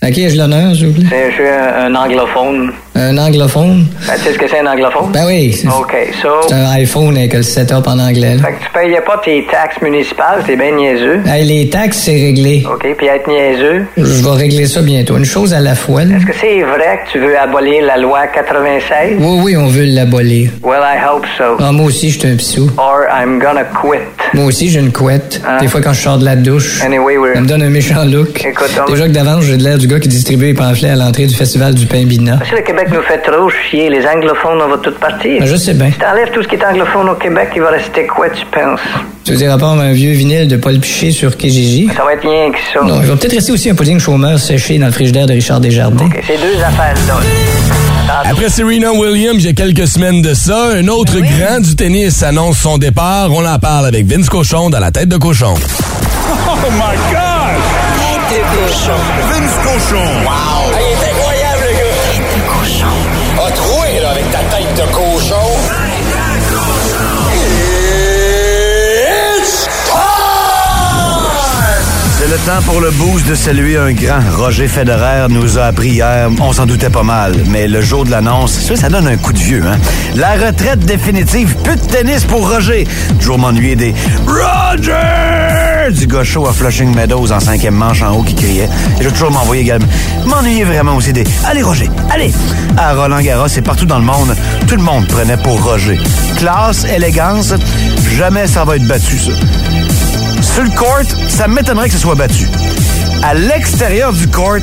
Speaker 16: À qui ai-je l'honneur, s'il vous plaît?
Speaker 17: Je suis un, un anglophone.
Speaker 16: Hein, Un anglophone?
Speaker 17: Ben, tu sais ce que c'est un anglophone?
Speaker 16: Ben oui. c'est-
Speaker 17: OK, so.
Speaker 16: C'est un iPhone avec le setup en anglais. là.
Speaker 17: Fait que tu payais pas tes taxes municipales, t'es bien niaiseux.
Speaker 16: Hey, Ben, les taxes, c'est réglé.
Speaker 17: OK, puis être niaiseux.
Speaker 16: Je vais régler ça bientôt. Une chose à la fois. là.
Speaker 17: Est-ce que c'est vrai que tu veux abolir la loi 96?
Speaker 16: Oui, oui, on veut l'abolir.
Speaker 17: Well, I hope so.
Speaker 16: Ah, moi aussi, je suis un psou.
Speaker 17: Or I'm gonna quit.
Speaker 16: Moi aussi, j'ai une couette.
Speaker 17: Ah.
Speaker 16: Des fois, quand je sors de la douche,
Speaker 17: Anyway, we're.
Speaker 16: ça me donne un méchant look.
Speaker 17: Écoute, on-
Speaker 16: Déjà que d'avance, j'ai de l'air du gars qui distribue les pamphlets à l'entrée du festival du pain bina.
Speaker 17: Si le Québec nous fait trop chier, les anglophones, on va tout partir.
Speaker 16: Ben, je sais bien.
Speaker 17: Si t'enlèves tout ce qui est anglophone au Québec, il va rester quoi, tu penses?
Speaker 16: Tu veux dire, à part un vieux vinyle de Paul Piché sur KGJ?
Speaker 17: Ça va être rien que ça.
Speaker 16: Non, il va peut-être rester aussi un pudding chômeur séché dans le frigidaire de Richard Desjardins.
Speaker 17: OK, c'est deux affaires-là.
Speaker 1: Après Serena Williams, il y a quelques semaines de ça, un autre
Speaker 11: Ah
Speaker 1: grand du tennis annonce son départ. On en parle avec Vince Cochon dans la tête de cochon.
Speaker 4: Oh my God! Tête de cochon. Vince cochon. Wow! il est incroyable, le gars! Tête de cochon. A troué, là, avec ta tête de cochon.
Speaker 18: C'est le temps pour le boost de saluer un grand. Roger Federer nous a appris hier, on s'en doutait pas mal, mais le jour de l'annonce, ça, ça donne un coup de vieux. Hein? La retraite définitive, plus de tennis pour Roger. Toujours m'ennuyer des Roger du gaucho à Flushing Meadows en cinquième manche en haut qui criait. Et je vais toujours m'envoyer également. M'ennuyer vraiment aussi des Allez Roger, allez! À Roland Garros et partout dans le monde, tout le monde prenait pour Roger. Classe, élégance, jamais ça va être battu ça. Sur le court, ça m'étonnerait que ce soit battu. À l'extérieur du court,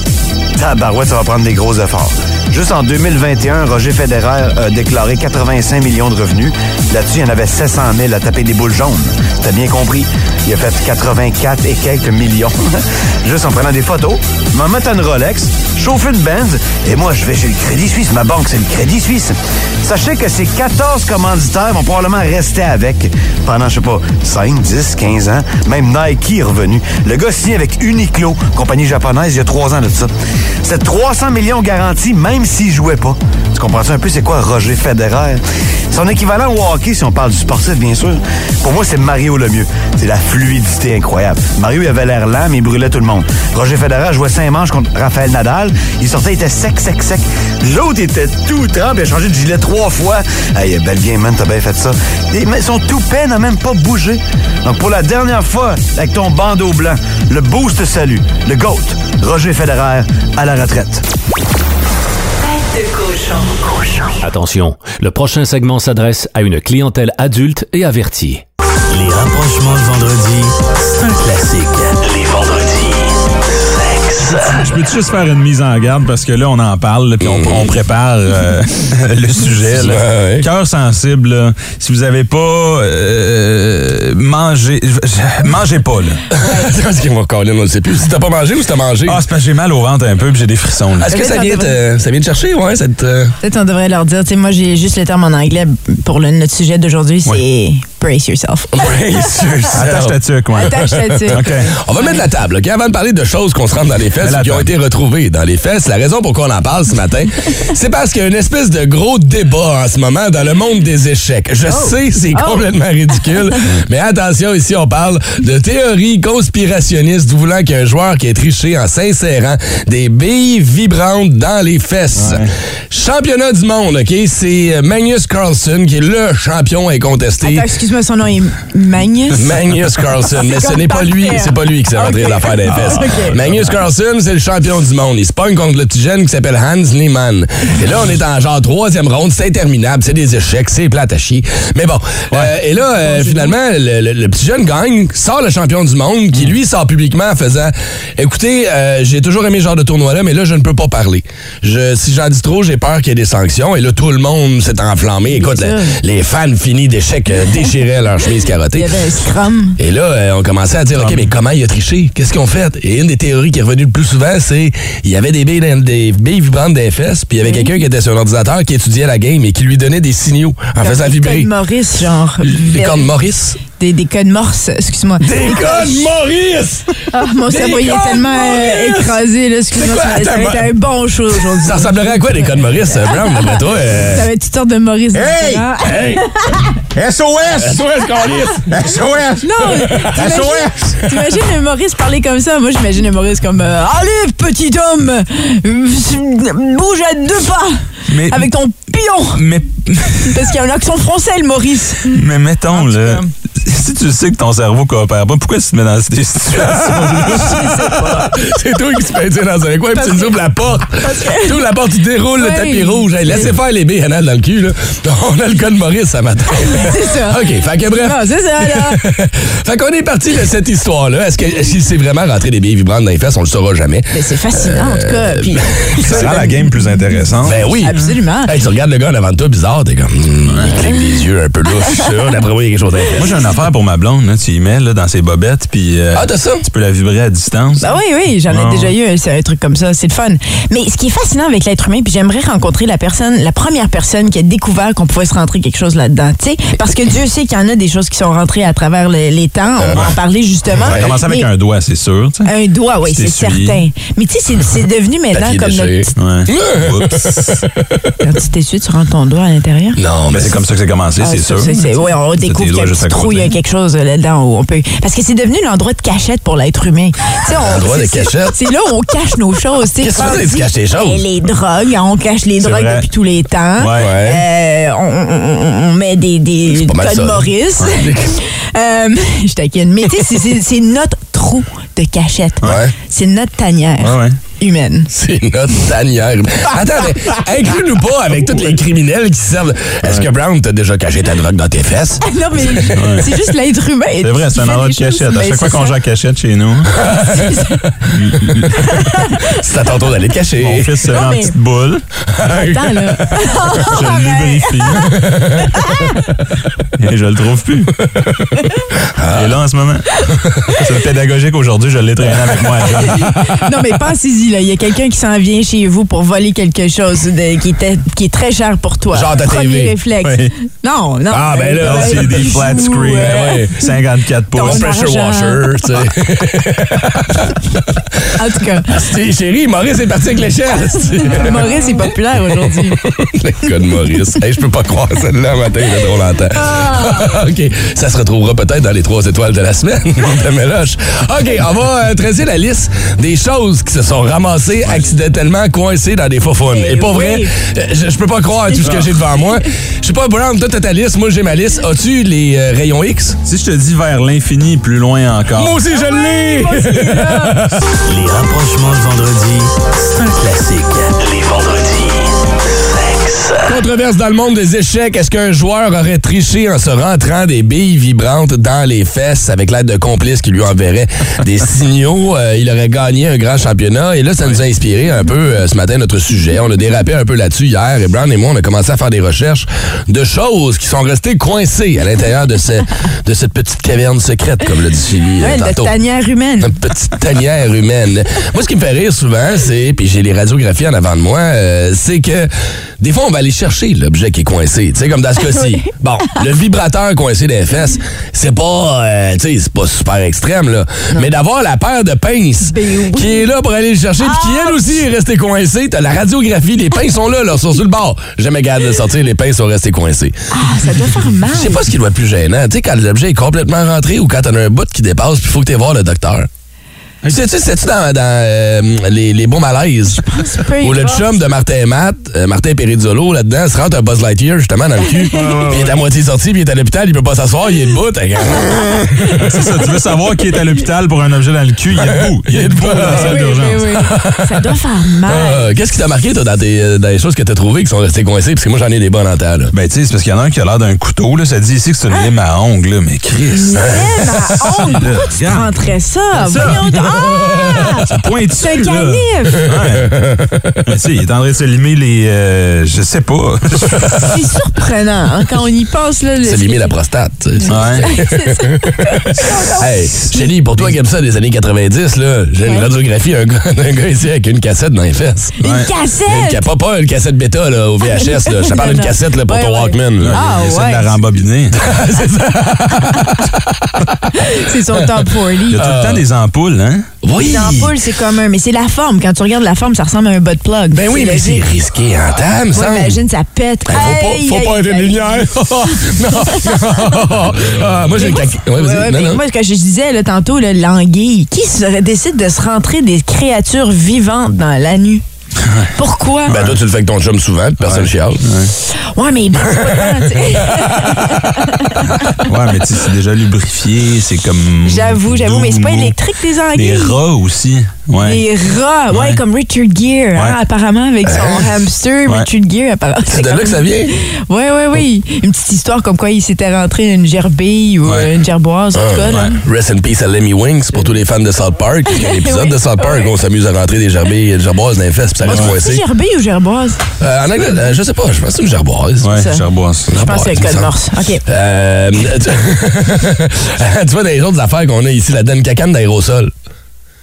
Speaker 18: tabarouette, ça va prendre des gros efforts. Juste en 2021, Roger Federer a déclaré 85 millions de revenus. Là-dessus, il y en avait 700 000 à taper des boules jaunes. T'as bien compris. Il a fait 84 et quelques millions. Juste en prenant des photos, m'en mettre une Rolex, chauffer une Benz, et moi, je vais chez le Crédit Suisse. Ma banque, c'est le Crédit Suisse. Sachez que ces 14 commanditaires vont probablement rester avec pendant, je sais pas, 5, 10, 15 ans. Même Nike est revenu. Le gars signé avec Uniqlo, compagnie japonaise, il y a 3 ans de ça. C'est 300 millions garantis, même s'il jouait pas. Tu comprends-tu un peu c'est quoi Roger Federer? Son équivalent au hockey, si on parle du sportif, bien sûr, pour moi, c'est Mario Lemieux. C'est la fluidité incroyable. Mario il avait l'air lent, mais il brûlait tout le monde. Roger Federer jouait cinq manches contre Raphaël Nadal. Il sortait, il était sec, sec, sec. L'autre était tout trempe, il a changé de gilet trois fois. Hey, belle game, man, t'as bien fait ça. Et, mais son toupet n'a même pas bougé. Donc, pour la dernière fois, avec ton bandeau blanc, le boost te salue. Le GOAT, Roger Federer, à la retraite.
Speaker 4: Tête de cochon.
Speaker 15: Attention, le prochain segment s'adresse à une clientèle adulte et avertie.
Speaker 4: Les rapprochements de vendredi, c'est un classique. Les vendredis, sexe.
Speaker 5: Je peux juste faire une mise en garde parce que là, on en parle, là, puis on, on prépare euh, le sujet. là. Cœur sensible, là, si vous avez pas euh, mangé, mangez pas. Là.
Speaker 1: Qu'est-ce qu'ils vont coller, on ne sait plus. Si t'as pas mangé ou si t'as mangé.
Speaker 5: Ah, c'est parce que j'ai mal au ventre un peu, puis j'ai des frissons. là.
Speaker 1: Est-ce que ça vient, te, ça vient te chercher, ouais, cette. euh,
Speaker 6: Peut-être on devrait leur dire, tu sais, moi j'ai juste le terme en anglais pour le, notre sujet d'aujourd'hui, c'est brace yourself.
Speaker 5: Attache ta tuque, ouais.
Speaker 6: Attache ta tuque.
Speaker 1: OK. On va mettre la table, OK? Avant de parler de choses qu'on se rentre dans les fesses ou qui ont été retrouvées dans les fesses, la raison pourquoi on en parle ce matin, c'est parce qu'il y a une espèce de gros débat en ce moment dans le monde des échecs. Je
Speaker 4: Oh.
Speaker 1: sais, c'est
Speaker 4: Oh.
Speaker 1: complètement ridicule, mais attention, ici, on parle de théorie conspirationniste voulant qu'un joueur qui ait triché en s'insérant des billes vibrantes dans les fesses. Championnat du monde, OK? C'est Magnus Carlsen qui est le champion incontesté.
Speaker 6: Attends, excuse-moi, son nom est Magnus.
Speaker 1: Magnus Carlsen, mais ce n'est pas lui, c'est pas lui qui s'est rentré l'affaire des fesses. Magnus Carlsen, c'est le champion du monde. Il se pogne contre le petit jeune qui s'appelle Hans Lehmann. Et là, on est en genre troisième ronde, c'est interminable, c'est des échecs, c'est plate à chier. Mais bon, euh, et là, euh, finalement, le, le- le petit jeune gagne, sort le champion du monde, qui lui sort publiquement en faisant Écoutez, euh, j'ai toujours aimé ce genre de tournoi-là, mais là, je ne peux pas parler. Je, si j'en dis trop, j'ai peur qu'il y ait des sanctions. Et là, tout le monde s'est enflammé. Écoute, le- les fans finis d'échecs euh, déchiraient leur chemise
Speaker 6: Il
Speaker 1: carottée.
Speaker 6: y avait un scrum.
Speaker 1: Et là, euh, on commençait à dire,
Speaker 4: Ah.
Speaker 1: OK, mais comment il a triché? Qu'est-ce qu'ils ont fait? Et une des théories qui est revenue le plus souvent, c'est il y avait des billes, dans- des billes vibrantes des fesses, puis il y avait quelqu'un qui était sur l'ordinateur qui étudiait la game et qui lui donnait des signaux en faisant
Speaker 6: Des
Speaker 1: vibrer.
Speaker 6: codes Maurice, genre.
Speaker 1: Des codes Maurice?
Speaker 6: Des, des codes morse, excuse-moi.
Speaker 1: Des codes Maurice!
Speaker 6: Ah, mon
Speaker 4: Des
Speaker 6: cerveau, il
Speaker 4: codes
Speaker 6: est tellement euh,
Speaker 4: Maurice!
Speaker 6: écrasé, là,
Speaker 4: C'est
Speaker 6: excuse-moi.
Speaker 4: quoi?
Speaker 6: Ça, ça
Speaker 4: Attends,
Speaker 6: va être un bon show aujourd'hui.
Speaker 1: Ça ressemblerait à quoi des codes Maurice, euh, Brown, d'après toi? euh?
Speaker 6: Ça va être toutes sortes de Maurice.
Speaker 4: Hey!
Speaker 6: différents.
Speaker 4: Hey!
Speaker 6: Euh,
Speaker 5: SOS!
Speaker 4: SOS, Carlis! SOS!
Speaker 6: Non! t'imagines- T'imagines un Maurice parler comme ça? Moi, j'imagine un Maurice comme euh, Allez, petit homme! euh, Bouge à deux pas!
Speaker 5: Mais-
Speaker 6: avec ton pion!
Speaker 5: Mais
Speaker 6: Parce qu'il y a un accent français, le Maurice!
Speaker 5: Mais mettons, là, si tu sais que ton cerveau coopère pas, pourquoi tu te mets dans ces situations-là?
Speaker 1: C'est toi qui te fais dire dans un coin, puis tu nous ouvres la porte. Tu ouvres la porte, tu déroules le
Speaker 4: Oui.
Speaker 1: tapis rouge. Hey, laissez faire les billes, Anna, dans le cul. Là. On a le code Maurice ce matin.
Speaker 4: C'est ça.
Speaker 1: OK, fait que bref.
Speaker 4: Non, c'est ça,
Speaker 1: Euh,
Speaker 4: là.
Speaker 1: fait qu'on est parti de cette histoire-là. Est-ce que est-ce qu'il s'est vraiment rentré des billes vibrantes dans les fesses? On le saura jamais.
Speaker 6: Mais c'est fascinant, en tout cas. Puis,
Speaker 5: Ça rend la game plus intéressante.
Speaker 1: Ben oui.
Speaker 6: Absolument.
Speaker 1: Hey, tu regardes le gars en avant de toi, bizarre, t'es comme. hmm, il cligne les yeux un peu louche, ça. D'après moi, il y a quelque chose d'intéressant.
Speaker 5: Moi, j'ai une affaire pour ma blonde. Là. Tu y mets là, dans ses bobettes, puis euh,
Speaker 1: Ah, t'as ça?
Speaker 5: tu peux la vibrer à distance.
Speaker 6: Bah oui, oui, j'en ai
Speaker 5: Bon.
Speaker 6: déjà eu un, c'est un truc comme ça, c'est le fun. Mais ce qui est fascinant avec l'être humain, puis j'aimerais rencontrer la personne, la première personne qui a découvert qu'on pouvait se rentrer quelque chose là-dedans, tu sais, parce que Dieu sait qu'il y en a des choses qui sont rentrées à travers le- les temps, on va en parler justement.
Speaker 5: Ça a commencé avec
Speaker 6: Mais- Euh.
Speaker 5: un doigt, c'est sûr. tu sais.
Speaker 6: un doigt, oui,
Speaker 5: Tu
Speaker 6: c'est
Speaker 5: t'essuies.
Speaker 6: certain. Mais tu sais, c'est- c'est devenu maintenant
Speaker 5: Papier
Speaker 6: comme
Speaker 5: déchiré.
Speaker 6: notre...
Speaker 5: Ouais. Oups.
Speaker 6: Quand tu t'essuies, tu rentres ton doigt à l'intérieur.
Speaker 1: Non,
Speaker 5: mais c'est comme ça que c'est commencé,
Speaker 6: Ah,
Speaker 5: c'est
Speaker 6: ça,
Speaker 5: sûr.
Speaker 6: c'est- c'est- ouais, on
Speaker 5: T'as tes
Speaker 6: découvre qu'il y a
Speaker 5: doigts
Speaker 6: un
Speaker 5: juste
Speaker 6: petit
Speaker 5: à
Speaker 6: trou, il y a
Speaker 5: côté.
Speaker 6: quelque chose euh, là-dedans où on peut. Parce que c'est devenu l'endroit de cachette pour l'être humain. Tu sais, on-
Speaker 1: L'endroit de
Speaker 6: c'est-
Speaker 1: cachette?
Speaker 6: C'est là où on cache nos choses. tu sais.
Speaker 1: Qu'est-ce que tu veux dire,
Speaker 6: On
Speaker 1: tu
Speaker 6: dit,
Speaker 1: caches tes choses?
Speaker 6: ben, Les drogues, on cache les
Speaker 1: C'est
Speaker 6: drogues
Speaker 1: vrai.
Speaker 6: depuis tous les temps.
Speaker 1: Ouais. Ouais.
Speaker 6: Euh, on, on- on- on met des, des
Speaker 1: pas mal ça,
Speaker 6: codes
Speaker 1: là.
Speaker 6: Maurice. Euh, je taquine. Mais tu sais, c'est- c'est- c'est notre trou de cachette. C'est notre tanière humaine.
Speaker 1: C'est notre tanière. Attends, mais inclus-nous pas avec tous les criminels qui servent. Est-ce que Brown t'a déjà caché ta drogue dans tes fesses?
Speaker 6: Ah Non, mais
Speaker 5: Ouais.
Speaker 6: c'est juste l'être humain.
Speaker 5: C'est vrai, c'est
Speaker 6: Il
Speaker 5: un
Speaker 6: fait
Speaker 5: endroit
Speaker 6: des
Speaker 5: de
Speaker 6: choses,
Speaker 5: cachette. À
Speaker 6: ben,
Speaker 5: chaque fois
Speaker 6: c'est
Speaker 5: qu'on
Speaker 6: ça.
Speaker 5: joue à cachette chez nous,
Speaker 1: c'est à ton tour d'aller te cacher.
Speaker 5: Mon fils se met en
Speaker 6: mais-
Speaker 5: petite boule.
Speaker 6: Attends, là.
Speaker 5: Je le lubrifie. Et je le trouve plus. Il est là en ce moment. C'est pédagogique aujourd'hui, je l'ai traîné avec moi. à jeune.
Speaker 6: non, mais pensez-y, là, il y a quelqu'un qui s'en vient chez vous pour voler quelque chose de- qui, était- qui est très cher pour toi.
Speaker 5: Genre ta
Speaker 6: Premier
Speaker 5: TV.
Speaker 6: réflexe.
Speaker 5: Oui.
Speaker 6: Non, euh, non.
Speaker 5: Ah, ben là,
Speaker 6: Euh,
Speaker 5: c'est des flat screen.
Speaker 6: ouais.
Speaker 5: ouais. 54 pouces.
Speaker 6: Ton
Speaker 1: pressure
Speaker 6: argent.
Speaker 1: washer, tu
Speaker 5: Ah.
Speaker 1: sais.
Speaker 6: En tout cas.
Speaker 1: C'est chérie, Maurice est parti avec l'échelle. c'est-
Speaker 6: Maurice est populaire aujourd'hui.
Speaker 1: Le gars de Maurice. Hey, je peux pas croire celle-là un matin, il a trop longtemps. OK. Ça se retrouvera peut-être dans les trois étoiles de la semaine, de Méloche. OK, on va euh, tracer la liste des choses qui se sont ramassées accidentellement coincées dans des faufounes. Et pas vrai, euh, je, je peux pas croire à tout ce que j'ai devant moi. Je sais pas, Brown, toi, t'as ta liste, moi, j'ai ma liste. As-tu les euh, rayons X?
Speaker 5: Si je te dis vers l'infini, plus loin encore.
Speaker 1: Moi aussi, je l'ai!
Speaker 4: Les rapprochements de vendredi, c'est un classique. Les vendredis, sexe.
Speaker 1: Controverse dans le monde des échecs. Est-ce qu'un joueur aurait triché en se rentrant des billes vibrantes dans les fesses avec l'aide de complices qui lui enverraient des signaux? Euh, il aurait gagné un grand championnat. Et là, ça nous a inspiré un peu euh, ce matin notre sujet. On a dérapé un peu là-dessus hier. Et Brown et moi, on a commencé à faire des recherches de choses qui sont restées coincées à l'intérieur de, ce- de cette petite caverne secrète, comme le dit Sylvie euh,
Speaker 6: Ouais, de
Speaker 1: tantôt.
Speaker 6: tanière humaine.
Speaker 5: Ah,
Speaker 1: Une petite tanière humaine. Moi, ce qui me fait rire souvent, c'est, puis j'ai les radiographies en avant de moi, euh, c'est que des fois, on va aller chercher l'objet qui est coincé. Tu sais, comme dans ce cas-ci.
Speaker 4: Oui.
Speaker 1: Bon, le vibrateur coincé des fesses, c'est pas, euh, tu sais, c'est pas super extrême, là. Mais d'avoir la paire de pinces qui est là pour aller le chercher, puis qui, elle aussi, est restée coincée. T'as la radiographie, les pinces sont là, là, sont sur le bord. Jamais garde de sortir, les pinces sont restées coincées.
Speaker 6: Ah, ça doit faire mal.
Speaker 1: Je sais pas ce qui doit être plus gênant. Tu sais, quand l'objet est complètement rentré ou quand t'en as un bout qui dépasse, puis faut que t'aies voir le docteur. Sais-tu, c'est-tu dans, dans, euh, les, les bons malaises?
Speaker 4: pas,
Speaker 1: Où le
Speaker 4: il
Speaker 1: chum de Martin et Matt, euh, Martin Perizzolo, là-dedans, se rentre un Buzz Lightyear justement dans le cul. Puis il est à moitié sorti, puis il est à l'hôpital, il peut pas s'asseoir, il est debout. t'as-
Speaker 5: C'est ça, tu veux savoir qui est à l'hôpital pour un objet dans le cul, il est debout. Il est debout dans la salle d'urgence. Ah.
Speaker 6: Ça doit faire mal.
Speaker 1: Euh, Qu'est-ce qui t'a marqué, toi, dans, tes, euh, dans les choses que t'as trouvées qui sont restées coincées? Parce que moi, j'en ai des bonnes en temps, là.
Speaker 5: Ben, tu sais, c'est parce qu'il y en a un qui a l'air d'un couteau, là. Ça dit ici que c'est une lime à ongles, là. Mais Chris.
Speaker 6: à ongles? Pourquoi tu
Speaker 5: Ah. Regarde.
Speaker 6: rentrais ça?
Speaker 5: Ça.
Speaker 6: Voyons donc. Ah!
Speaker 5: C'est pointu,
Speaker 6: C'est un
Speaker 5: là.
Speaker 6: canif.
Speaker 5: Ouais. Mais tu sais, il est en train de se limer les. euh, je sais pas.
Speaker 6: C'est surprenant hein, quand on y pense. Là, le-
Speaker 1: C'est limite la prostate. tu
Speaker 5: Ah.
Speaker 1: sais. hey, Chélie, pour toi qui aime ça des années 90, là, j'ai une radiographie d'un gars, d'un gars ici avec une cassette dans les fesses.
Speaker 6: Une cassette?
Speaker 1: Une ca- pas, pas une cassette bêta là, au VHS. Là. Je te parle d'une
Speaker 6: Ah, Non, non.
Speaker 1: cassette là, pour
Speaker 6: Ouais,
Speaker 1: ton
Speaker 6: ouais.
Speaker 1: Walkman. Là.
Speaker 6: Ah, Il essaie de ouais. la
Speaker 5: rembobiner.
Speaker 1: c'est ça.
Speaker 6: C'est son top 40.
Speaker 5: Il y a tout le temps des ampoules, hein?
Speaker 6: Une ampoule, c'est commun, mais c'est la forme. Quand tu regardes la forme, ça ressemble à un bas de plug.
Speaker 1: Ben oui, mais c'est risqué en temps, me
Speaker 6: Ouais,
Speaker 1: semble.
Speaker 6: Imagine, ça pète.
Speaker 1: Ben, faut
Speaker 6: Aïe,
Speaker 1: pas, faut
Speaker 6: aïe,
Speaker 1: pas être une
Speaker 6: aïe.
Speaker 1: lumière. non, non. Ah, moi, j'ai une cassette. Ouais, vas-y.
Speaker 6: Ouais, ouais,
Speaker 1: Non,
Speaker 6: mais
Speaker 1: non.
Speaker 6: Moi, ce que je disais là, tantôt, là, l'anguille, qui se- décide de se rentrer des créatures vivantes dans la nuit? Pourquoi?
Speaker 1: Ben, toi, tu le fais avec ton chum souvent,
Speaker 6: Ah,
Speaker 1: puis personne chiale.
Speaker 6: Ouais, mais ben, c'est pas tant, tu sais.
Speaker 5: Ouais, mais tu sais, c'est déjà lubrifié, c'est comme.
Speaker 6: J'avoue, j'avoue,
Speaker 5: doux,
Speaker 6: mais c'est pas
Speaker 5: mou.
Speaker 6: électrique, les anguilles.
Speaker 5: Des rats aussi. Ouais.
Speaker 6: Les rats, ouais,
Speaker 5: Ouais.
Speaker 6: comme Richard Gere, hein,
Speaker 5: Ouais.
Speaker 6: apparemment, avec son hamster,
Speaker 5: Ouais.
Speaker 6: Richard Gere, apparemment.
Speaker 5: C'est de là que ça vient?
Speaker 6: Oui, oui, oui. Une petite histoire comme quoi il s'était rentré une gerbille ou euh, une gerboise,
Speaker 5: Ah,
Speaker 6: en tout cas. là.
Speaker 1: Ah, Rest in peace à Lemmy Wings pour tous les fans de South Park. Il y a un épisode de South Park où on s'amuse à rentrer des gerbilles et des gerboises dans les fesses, puis ça reste
Speaker 6: C'est
Speaker 1: coincé.
Speaker 6: gerbille ou gerboise?
Speaker 5: Ah,
Speaker 1: Euh, en anglais, euh, je sais pas, je pense que c'est une gerboise.
Speaker 6: Ouais, euh, Ça.
Speaker 5: gerboise.
Speaker 6: Je pense que c'est le code morse. OK.
Speaker 1: Euh, tu... tu vois, dans les autres affaires qu'on a ici, la donne cacane d'aérosol.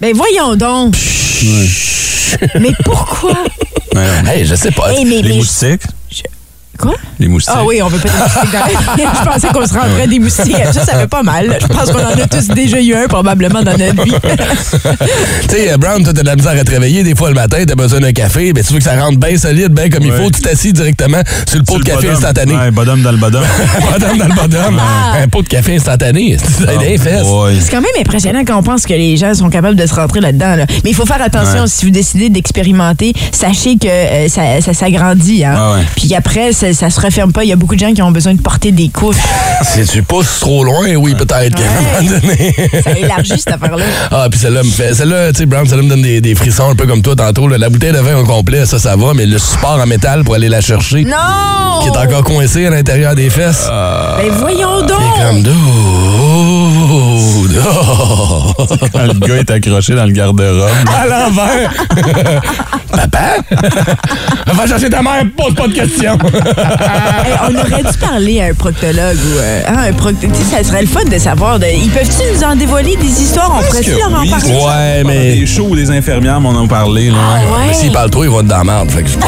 Speaker 6: Ben voyons donc. Mais pourquoi?
Speaker 1: Hey, je sais pas.
Speaker 6: Hey, mais- Les mais-
Speaker 5: moustiques?
Speaker 6: Quoi?
Speaker 5: Les moustiques.
Speaker 6: Ah oui, on veut pas des moustiques dans- Je pensais qu'on se rentrait des moustiques. Ça, ça fait pas mal. Je pense qu'on en a tous déjà eu un probablement dans notre vie.
Speaker 1: tu sais, euh, Brown, toi, t'as de la misère à te réveiller. Des fois, le matin, t'as besoin d'un café. mais tu veux que ça rentre bien solide, bien comme il faut. Tu t'assis directement sur le pot de café
Speaker 5: bottom.
Speaker 1: instantané.
Speaker 5: Ouais, bottom dans le bottom.
Speaker 1: bottom dans le bottom.
Speaker 6: Ah.
Speaker 1: Un pot de café instantané. C'est
Speaker 5: Ah,
Speaker 1: des fesses.
Speaker 6: C'est quand même impressionnant quand on pense que les gens sont capables de se rentrer là-dedans. là. Mais il faut faire attention
Speaker 1: Ouais.
Speaker 6: si vous décidez d'expérimenter. Sachez que euh, ça, ça s'agrandit. Hein?
Speaker 1: Ah ouais.
Speaker 6: Puis après, ça, ça se referme pas. Il y a beaucoup de gens qui ont besoin de porter des couches.
Speaker 1: Ah, Si tu pousses trop loin, oui, peut-être qu'à un moment donné.
Speaker 6: Ça élargit cette affaire-là.
Speaker 1: Ah, puis celle-là me fait. Celle-là, tu sais, Brown, celle-là me donne des, des frissons un peu comme toi tantôt. là. La bouteille de vin au complet, ça, ça va, mais le support en métal pour aller la chercher.
Speaker 6: Non!
Speaker 1: Qui est encore coincé à l'intérieur des fesses.
Speaker 6: Ben voyons donc!
Speaker 1: Comme dude. Oh!
Speaker 5: Quand le gars est accroché dans le garde-robe.
Speaker 1: À l'envers! Papa? Va chercher ta mère, pose pas de questions.
Speaker 6: Hey, Eh, on aurait dû parler à un proctologue ou euh, hein, un proctologue. Ça serait le fun de savoir. de- ils peuvent-tu nous en dévoiler des histoires? On pourrait-tu leur en parler?
Speaker 5: Ouais, mais. Les shows ou les infirmières m'en ont parlé. Là.
Speaker 6: Ah, ouais. Mais s'ils
Speaker 1: parlent trop, ils vont être dans la merde. Fait que c'est pas